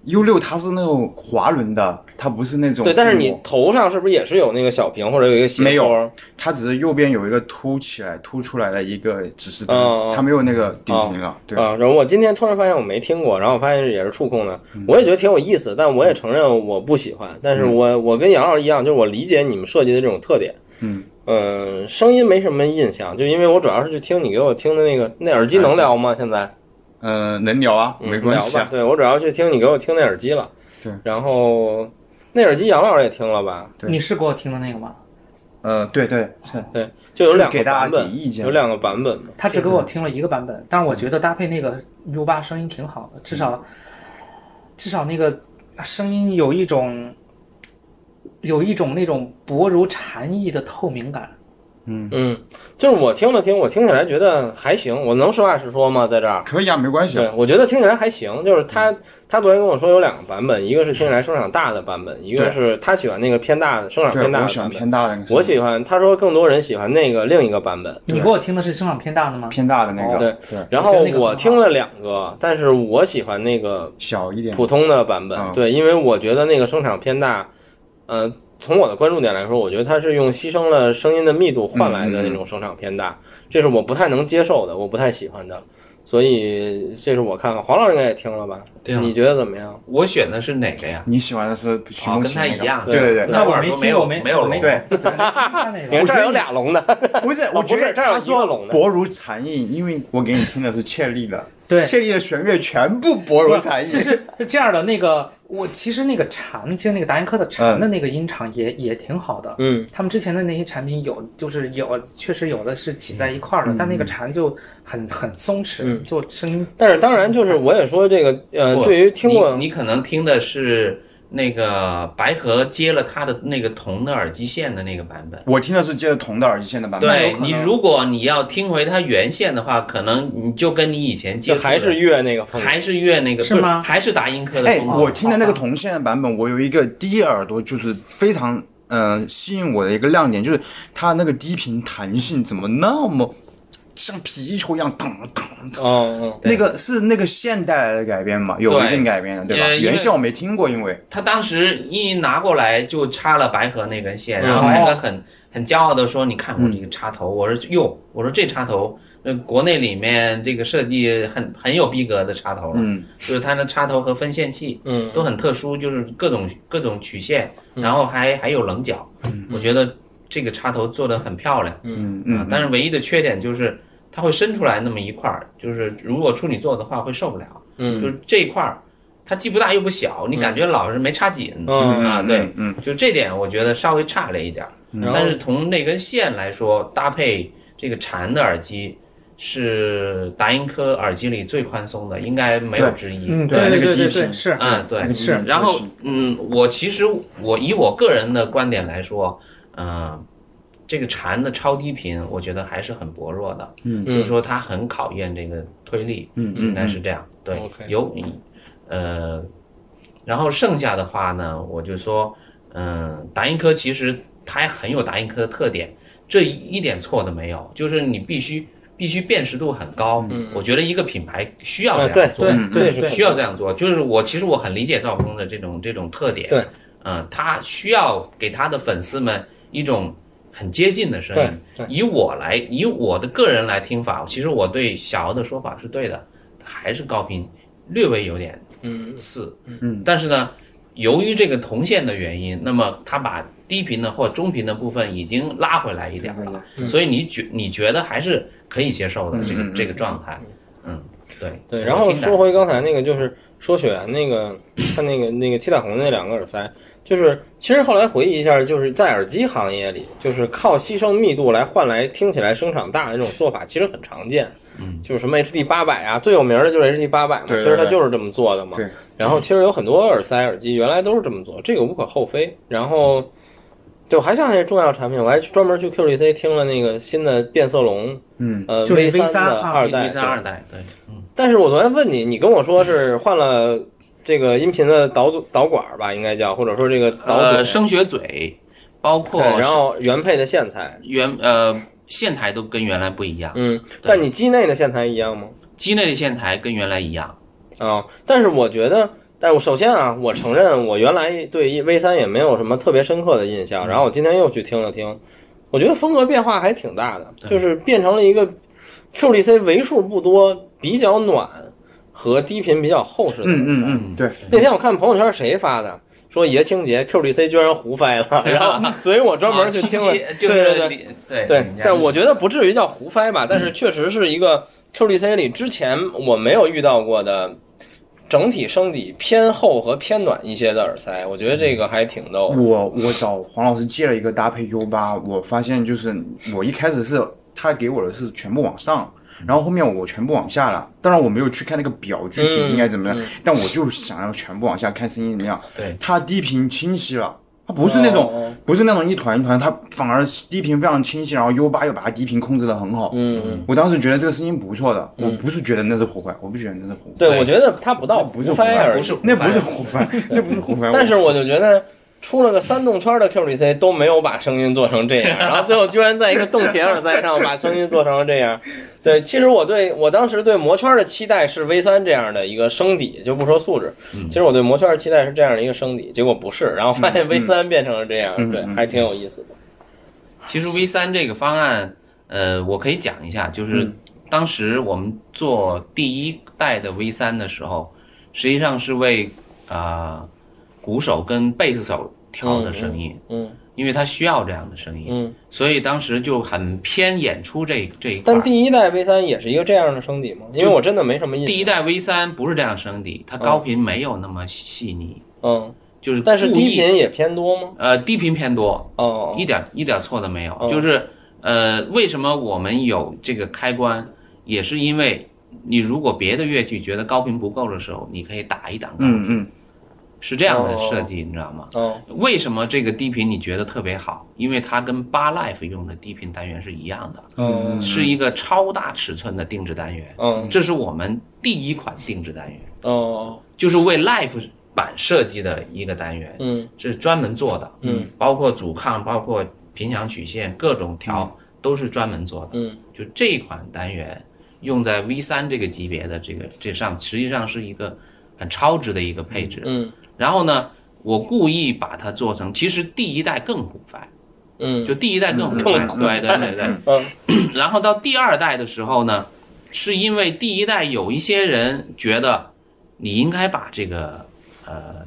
Speaker 4: U 六它是那种滑轮的，它不是那种
Speaker 1: 对，但是你
Speaker 4: 触摸
Speaker 1: 头上是不是也是有那个小屏或者有一个斜
Speaker 4: 没有
Speaker 1: 坡？
Speaker 4: 它只是右边有一个凸起来、凸出来的一个指示
Speaker 1: 嗯
Speaker 4: 灯，它没有那个顶屏了。对，
Speaker 1: 啊，然后我今天突然发现我没听过，然后我发现也是触控的，
Speaker 4: 嗯
Speaker 1: 我也觉得挺有意思，但我也承认我不喜欢。但是我我跟杨老师一样，就是我理解你们设计的这种特点。
Speaker 4: 嗯，
Speaker 1: 呃，声音没什么印象，就因为我主要是去听你给我听的那个那耳机能聊吗？现在
Speaker 4: 呃，能聊啊，
Speaker 1: 嗯
Speaker 4: 没关系
Speaker 1: 聊
Speaker 4: 啊
Speaker 1: 吧。。对我主要去听你给我听那耳机了。
Speaker 4: 对，
Speaker 1: 然后那耳机杨老师也听了吧？
Speaker 4: 对
Speaker 3: 你是给我听的那个吗？
Speaker 4: 呃，对对是，
Speaker 1: 对，就有
Speaker 4: 就
Speaker 1: 两
Speaker 4: 给
Speaker 1: 个
Speaker 4: 大家
Speaker 1: 版本，
Speaker 4: 给意见
Speaker 1: 有两个版本嘛。
Speaker 3: 他只给我听了一个版本，但是我觉得搭配那个 U 八声音挺好的，至少至少那个声音有一种有一种那种薄如蝉翼的透明感。
Speaker 1: 嗯，就是我听了听，我听起来觉得还行，我能实话实说吗？在这儿。
Speaker 4: 可以啊，没关系啊。
Speaker 1: 对，我觉得听起来还行。就是
Speaker 4: 嗯
Speaker 1: 他，他昨天跟我说有两个版本，一个是听起来声场大的版本，一个
Speaker 4: 对
Speaker 1: 是他喜欢那个偏大的声场
Speaker 4: 对，
Speaker 1: 偏大
Speaker 4: 我
Speaker 1: 的
Speaker 4: 喜欢
Speaker 1: 版本。
Speaker 4: 偏大的那个，
Speaker 1: 我喜欢，他说更多人喜欢那个另一个版本。
Speaker 3: 你给我听的是声场偏大的吗？
Speaker 4: 偏大的那
Speaker 1: 哦
Speaker 4: 啊个，
Speaker 1: 对
Speaker 4: 对，
Speaker 1: 然
Speaker 3: 我
Speaker 1: 后
Speaker 3: 觉得那个很好
Speaker 1: 我听了两个，但是我喜欢那个
Speaker 4: 小一点。
Speaker 1: 普通的版本
Speaker 4: 嗯，
Speaker 1: 对，因为我觉得那个声场偏大，呃，从我的关注点来说，我觉得它是用牺牲了声音的密度换来的那种声场偏大，这是我不太能接受的，我不太喜欢的，所以这是我看黄老师应该也听了吧？
Speaker 2: 对啊
Speaker 1: 你觉得怎么样？
Speaker 2: 我选的是哪个呀？
Speaker 4: 你喜欢的是徐梦
Speaker 2: 哦跟
Speaker 4: 琪
Speaker 2: 他
Speaker 4: 那
Speaker 2: 一样
Speaker 4: 个，对对对
Speaker 2: 那
Speaker 3: 我
Speaker 2: 我耳
Speaker 3: 没
Speaker 2: 朵
Speaker 3: 听
Speaker 2: 没有
Speaker 3: 我没
Speaker 2: 没有
Speaker 3: 我没
Speaker 2: 聋，
Speaker 4: 对。
Speaker 3: 对没听他那
Speaker 1: 你
Speaker 3: 个
Speaker 1: 看这儿有俩龙的，
Speaker 4: 不是，
Speaker 1: 哦
Speaker 4: 我觉
Speaker 1: 不
Speaker 4: 得
Speaker 1: 是这儿有
Speaker 4: 他
Speaker 1: 一个
Speaker 4: 说
Speaker 1: 拢的
Speaker 4: 薄如蝉翼，因为我给你听的是切利的，
Speaker 3: 对，
Speaker 4: 切利的弦乐全部薄如蝉翼。
Speaker 3: 是是是这样的，那个我其实那个蝉，其实那个达音科的蝉的那个音场也、也挺好的。
Speaker 1: 嗯，
Speaker 3: 他们之前的那些产品有，就是有，确实有的是挤在一块儿的，但那个蝉就很很松弛，
Speaker 1: 嗯
Speaker 3: 就声音
Speaker 1: 但是当然就是我也说这个，呃，
Speaker 2: 不
Speaker 1: 对于听过
Speaker 2: 你，你可能听的是那个白河接了他的那个铜的耳机线的那个版本。
Speaker 4: 我听的是接着铜的耳机线的版本。
Speaker 2: 对
Speaker 3: 可能
Speaker 2: 你，如果你要听回它原线的话，可能你就跟你以前接
Speaker 1: 这
Speaker 2: 触的
Speaker 1: 还是乐那个风格，
Speaker 2: 还是越那个
Speaker 3: 是
Speaker 2: 不
Speaker 3: 吗
Speaker 2: 还是达音科的
Speaker 4: 哎，
Speaker 2: 风格。
Speaker 4: 我听的那个铜线的版本，我有一个低耳朵，就是非常呃吸引我的一个亮点，就是它那个低频弹性怎么那么像皮球一样当当。当
Speaker 1: 嗯嗯，
Speaker 4: 那个是那个线带来的改编嘛，有一定改编的，对吧？
Speaker 2: 呃因为
Speaker 4: 原先我没听过，因为
Speaker 2: 他当时一拿过来就插了白河那根
Speaker 1: 嗯
Speaker 2: 线，然后
Speaker 3: 哦
Speaker 2: 白河很很骄傲的说：“你看我这个插头。我说：“哟，我说这插头，呃，国内里面这个设计很很有逼格的插头了，
Speaker 4: 嗯，
Speaker 2: 就是它的插头和分线器，
Speaker 1: 嗯
Speaker 2: 都很特殊，就是各种各种曲线，然后还还有棱角，我觉得这个插头做的很漂亮，
Speaker 4: 嗯
Speaker 2: 啊
Speaker 4: 嗯，
Speaker 2: 但是唯一的缺点就是它会伸出来那么一块儿，就是如果处女座的话会受不了，
Speaker 1: 嗯
Speaker 2: 就是这一块儿它既不大又不小，你感觉老是没插紧，
Speaker 1: 嗯
Speaker 2: 啊，
Speaker 4: 嗯
Speaker 2: 对，，
Speaker 4: 嗯，
Speaker 2: 就这点我觉得稍微差了一点儿，
Speaker 1: 然后
Speaker 2: 但是从那根线来说，搭配这个蝉的耳机。是达音科耳机里最宽松的，应该没有
Speaker 4: 对
Speaker 2: 之一。
Speaker 3: 嗯，
Speaker 4: 对
Speaker 3: 对
Speaker 4: 那个
Speaker 3: 对
Speaker 4: 低
Speaker 3: 对
Speaker 4: 频
Speaker 3: 对，是，
Speaker 2: 啊，
Speaker 4: 那
Speaker 2: 对，
Speaker 4: 个
Speaker 3: 是
Speaker 4: 低频
Speaker 2: 然后
Speaker 4: 是，
Speaker 2: 嗯，我其实我以我个人的观点来说，嗯、这个蝉的超低频，我觉得还是很薄弱的，
Speaker 4: 嗯
Speaker 2: 就是说它很考验这个推力，
Speaker 4: 嗯
Speaker 2: 应
Speaker 4: 嗯
Speaker 2: 该是这样，对
Speaker 1: OK
Speaker 2: 有你，呃，然后剩下的话呢，我就说，嗯、达音科其实它很有达音科的特点，这一点错都没有，就是你必须必须辨识度很高，我觉得一个品牌需要
Speaker 1: 嗯啊
Speaker 2: 这
Speaker 1: 对
Speaker 2: 样做，
Speaker 1: 对
Speaker 4: 嗯
Speaker 1: 对
Speaker 3: 嗯
Speaker 1: 是
Speaker 2: 需要这样做。就是我其实我很理解赵峰的这种这种特点，
Speaker 1: 对，
Speaker 2: 嗯、他需要给他的粉丝们一种很接近的声
Speaker 1: 对
Speaker 2: 音。
Speaker 1: 对
Speaker 2: 以我来，以我的个人来听法，其实我对小敖的说法是对的，还是高频略微有点
Speaker 1: 嗯
Speaker 2: 次，
Speaker 4: 嗯，
Speaker 2: 但是呢，由于这个铜线的原因，那么它把低频的或中频的部分已经拉回来一点
Speaker 4: 拉回
Speaker 2: 了，所以你觉你觉得还是可以接受的、这
Speaker 4: 嗯嗯
Speaker 2: 个这个状态，嗯，对
Speaker 1: 对，然后说
Speaker 2: 说
Speaker 1: 回刚才那个，就是说雪原那个， 看那个那个七彩虹那两个耳塞，就是其实后来回忆一下，就是在耳机行业里，就是靠牺牲密度来换来听起来声场大的这种做法，其实很常见。嗯，就是什么 HD 八百啊，最有名的就是 HD 八百嘛，
Speaker 4: 对对
Speaker 1: 其实它就是这么做的嘛。
Speaker 4: 对
Speaker 1: 然后其实有很多耳塞耳机原来都是这么做，这个无可厚非。然后，对，我还想起重要产品，我还专门去 QDC 听了那个新的变色龙，
Speaker 4: 嗯，
Speaker 1: 呃
Speaker 3: 就是
Speaker 1: V 三
Speaker 3: V3
Speaker 1: 的
Speaker 3: 啊
Speaker 1: 二代，
Speaker 2: V 三二代，对，嗯，
Speaker 1: 但是我昨天问你，你跟我说是换了这个音频的导组导管儿吧，应该叫，或者说这个导嘴，
Speaker 2: 呃，声学嘴，包括
Speaker 1: 对然后原配的线材，
Speaker 2: 原呃线材都跟原来不一样，
Speaker 1: 嗯，但你机内的线材一样吗？
Speaker 2: 机内的线材跟原来一样，
Speaker 1: 啊、但是我觉得，但我首先啊，我承认我原来对 V 三也没有什么特别深刻的印象，然后我今天又去听了听，我觉得风格变化还挺大的，就是变成了一个 QDC 为数不多比较暖和低频比较厚实的啊
Speaker 4: 嗯
Speaker 1: 耳塞。
Speaker 4: 嗯嗯，对，
Speaker 1: 那天我看朋友圈谁发的，说爷青节 QDC 居然胡掰了，然后 所以我专门去听了，
Speaker 2: 啊七七就
Speaker 1: 对
Speaker 2: 是
Speaker 1: 对对
Speaker 2: 里对
Speaker 1: 对，但我
Speaker 2: 觉
Speaker 1: 觉得不至于叫胡掰吧，但是确实是一个 QDC 里之前我没有遇到过的。整体声底偏厚和偏暖一些的耳塞，我觉得这个还挺逗的。
Speaker 4: 我我找黄老师借了一个搭配 U 八，我发现就是我一开始是他给我的是全部往上，然后后面我全部往下了。当然我没有去看那个表具
Speaker 1: 嗯
Speaker 4: 体应该怎么样，但我就想要全部往下看声音怎么样。
Speaker 2: 对，
Speaker 4: 它低频清晰了，它不是那种、
Speaker 1: 哦
Speaker 4: 不是那种一团一团，它反而低频非常清晰，然后 U 八又把它低频控制的很好。
Speaker 1: 嗯，
Speaker 4: 我当时觉得这个声音不错的，我不是觉得那是胡掰，我不觉得那是胡掰，
Speaker 1: 对，我觉得它不到胡
Speaker 4: 不是胡
Speaker 1: 掰
Speaker 4: 掰，
Speaker 1: 而已，
Speaker 2: 不是
Speaker 4: 那不是胡 掰，那不是胡掰。
Speaker 1: 但是我就觉得出了个三动圈的 QDC 都没有把声音做成这样，然后最后居然在一个动铁耳塞上把声音做成了这样。对，其实我对我当时对魔圈的期待是 V 三这样的一个声底，就不说素质，其实我对魔圈的期待是这样的一个声底，结果不是，然后发现 V 三变成了这样，
Speaker 4: 嗯
Speaker 1: 对，
Speaker 4: 嗯
Speaker 1: 还挺有意思的。
Speaker 2: 其实 V 三这个方案，呃，我可以讲一下，就是
Speaker 1: 嗯
Speaker 2: 当时我们做第一代的 V 三的时候，实际上是为啊、呃鼓手跟贝斯手调的声音，
Speaker 1: 嗯
Speaker 2: 因为他需要这样的声音，
Speaker 1: 嗯，
Speaker 2: 所以当时就很偏演出这这一块
Speaker 1: 但
Speaker 2: 儿。
Speaker 1: 第一代 V 三也是一个这样的声底吗？因为我真的没什么印
Speaker 2: 第
Speaker 1: 象。
Speaker 2: 一代 V 三不是这样声底，它高频没有那么细腻，
Speaker 1: 嗯，
Speaker 2: 就是
Speaker 1: 但是
Speaker 2: 故
Speaker 1: 低
Speaker 2: 意
Speaker 1: 频也偏多吗？
Speaker 2: 呃低频偏多，
Speaker 1: 哦，
Speaker 2: 一点一点错都没有。
Speaker 1: 哦
Speaker 2: 就是呃，为什么我们有这个开关，也是因为你如果别的乐器觉得高频不够的时候，你可以打一档高，
Speaker 4: 嗯嗯，
Speaker 2: 是这样的设计，你知道吗？
Speaker 1: 哦，
Speaker 2: 为什么这个低频你觉得特别好？因为它跟八 life 用的低频单元是一样的，
Speaker 1: 嗯
Speaker 2: 是一个超大尺寸的定制单元。
Speaker 1: 嗯
Speaker 2: 这是我们第一款定制单元，
Speaker 1: 哦，
Speaker 2: 就是为 life 版设计的一个单元。
Speaker 1: 嗯
Speaker 2: 这是专门做的，
Speaker 1: 嗯，
Speaker 2: 包括主抗，包括频响曲线，各种调都是专门做的。
Speaker 1: 嗯
Speaker 2: 就这一款单元用在 V 三这个级别的这个这上，实际上是一个很超值的一个配置。
Speaker 1: 嗯
Speaker 2: 然后呢，我故意把它做成，其实第一代更虎白，
Speaker 1: 嗯，
Speaker 2: 就第一代更虎白，对对对对。
Speaker 1: 嗯
Speaker 2: 然后到第二代的时候呢，是因为第一代有一些人觉得你应该把这个呃，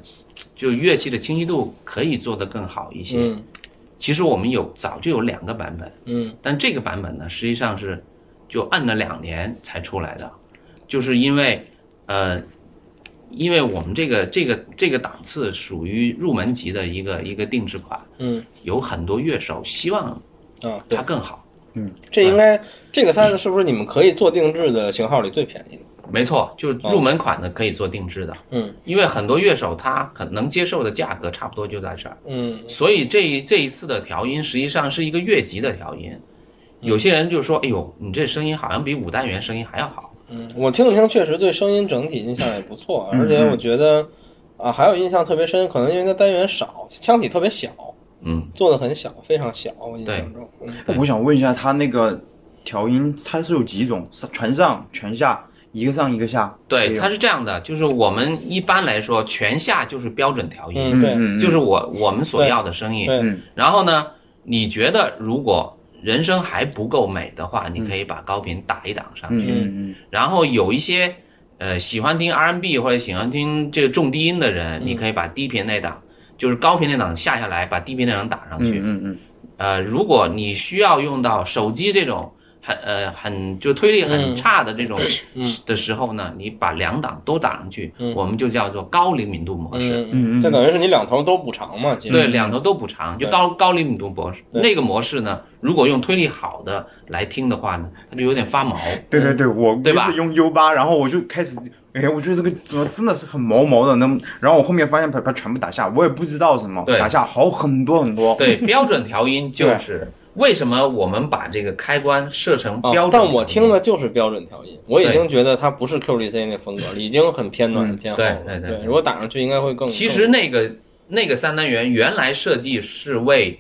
Speaker 2: 就乐器的清晰度可以做得更好一些。
Speaker 1: 嗯
Speaker 2: 其实我们有早就有两个版本，
Speaker 1: 嗯
Speaker 2: 但这个版本呢，实际上是就摁了两年才出来的，就是因为呃，因为我们这个这个这个档次属于入门级的一个一个定制款，
Speaker 1: 嗯
Speaker 2: 有很多乐手希望
Speaker 1: 啊，对
Speaker 2: 它，更好。
Speaker 1: 这应该这个塞子是不是你们可以做定制的型号里最便宜的？
Speaker 2: 没错，就是入门款的可以做定制的，
Speaker 1: 嗯
Speaker 2: 因为很多乐手他可能接受的价格差不多就在这儿，
Speaker 1: 嗯
Speaker 2: 所以这一这一次的调音实际上是一个乐级的调
Speaker 1: 嗯
Speaker 2: 音。有些人就说：“哎呦，你这声音好像比五单元声音还要好。
Speaker 1: 嗯，我听了听，确实对声音整体印象也不错，而且我觉得啊，还有印象特别深，可能因为它单元少，腔体特别小，”
Speaker 2: 嗯，
Speaker 1: 做的很小，非常小，我印象中。嗯
Speaker 4: 我想问一下，它那个调音它是有几种？是全上、全下，一个上一个下。
Speaker 1: 哎
Speaker 2: 对，
Speaker 4: 有
Speaker 2: 它是这样的，就是我们一般来说全下就是标准调音，
Speaker 1: 嗯，对
Speaker 4: 嗯
Speaker 2: 就是我我们所要的声音。
Speaker 1: 对，
Speaker 2: 然后呢，你觉得如果人声还不够美的话，你可以把高频打一档上去。
Speaker 4: 嗯嗯嗯
Speaker 2: 然后有一些呃，喜欢听 R&B 或者喜欢听这个重低音的人，你可以把低频那档，就是高频那档下下来，把低频那档打上去。
Speaker 4: 嗯嗯
Speaker 2: 呃，如果你需要用到手机这种很呃很就推力很差的这种 的时候呢，你把两档都打上去，我们就叫做高灵敏度模式。
Speaker 1: 嗯，这等于是你两头都补偿嘛？其实
Speaker 2: 对，两头都补偿，就高高灵敏度模式那个模式呢，如果用推力好的来听的话呢，它就有点发毛。
Speaker 4: 嗯，对对对，我
Speaker 2: 对吧
Speaker 4: 就是用 U 八，然后我就开始，哎，我觉得这个怎么真的是很毛毛的，那么然后我后面发现把它全部打下，我也不知道什么，
Speaker 2: 对
Speaker 4: 打下好很多很多，
Speaker 2: 对，标准调音就是为什么我们把这个开关设成
Speaker 1: 啊
Speaker 2: 标准调音、
Speaker 1: 但我听的就是标准调音，我已经觉得它不是 QDC 那风格了，已经很偏暖、很偏厚了。
Speaker 2: 嗯对对
Speaker 1: 对
Speaker 2: 对
Speaker 1: 如果打上去应该会更。
Speaker 2: 其实那个那个三单元原来设计是为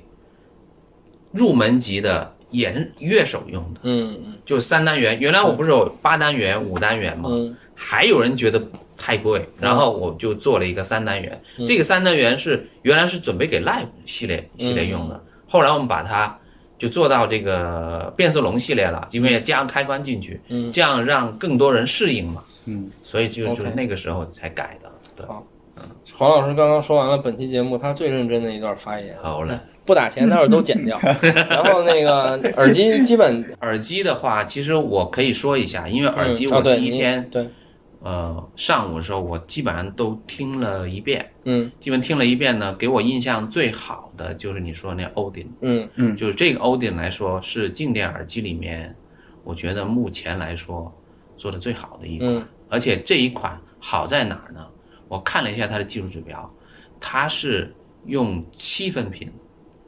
Speaker 2: 入门级的演乐手用的，
Speaker 1: 更，嗯
Speaker 2: 就三单元。原来我不是有八单元、五单元吗？
Speaker 1: 嗯
Speaker 2: 还有人觉得太贵，然后我就做了一个三单元。
Speaker 1: 嗯
Speaker 2: 这个三单元是原来是准备给 Live 系列系列用的，
Speaker 1: 嗯
Speaker 2: 后来我们把它就做到这个变色龙系列了，因为加上开关进去，这样让更多人适应嘛。
Speaker 4: 嗯，
Speaker 2: 所以就
Speaker 1: 嗯 OK
Speaker 2: 就是那个时候才改的。对，
Speaker 1: 黄老师刚刚说完了本期节目他最认真的一段发言，
Speaker 2: 好了。
Speaker 1: 不打钱待会儿都剪 掉。然后那个耳机基本，
Speaker 2: 耳机的话，其实我可以说一下，因为 耳机
Speaker 1: 嗯
Speaker 2: 我
Speaker 1: 啊对
Speaker 2: 第一
Speaker 1: 你
Speaker 2: 天、
Speaker 1: 对，
Speaker 2: 呃上午的时候，我基本上都听了一遍，
Speaker 1: 嗯
Speaker 2: 基本听了一遍呢，给我印象最好的就是你说那 Odin，
Speaker 1: 嗯
Speaker 2: 就是这个 Odin 来说是静电耳机里面，我觉得目前来说做的最好的一款，
Speaker 1: 嗯
Speaker 2: 而且这一款好在哪儿呢？我看了一下它的技术指标，它是用七分频，什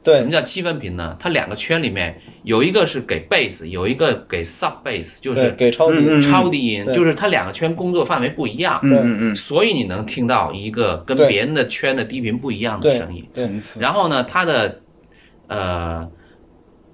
Speaker 1: 对
Speaker 2: 么，叫七分频呢？它两个圈里面有一个是给 bass，有一个给 sub bass，就
Speaker 1: 对，
Speaker 2: 是
Speaker 1: 给超级，
Speaker 4: 嗯嗯
Speaker 2: 超低音，
Speaker 1: 对
Speaker 2: 就是它两个圈工作范围不一样，
Speaker 4: 嗯嗯嗯，
Speaker 2: 所以你能听到一个跟
Speaker 1: 对
Speaker 2: 别人的圈的低频不一样的
Speaker 1: 对
Speaker 2: 声音。
Speaker 1: 对，
Speaker 4: 层次，
Speaker 2: 然后呢，它的呃，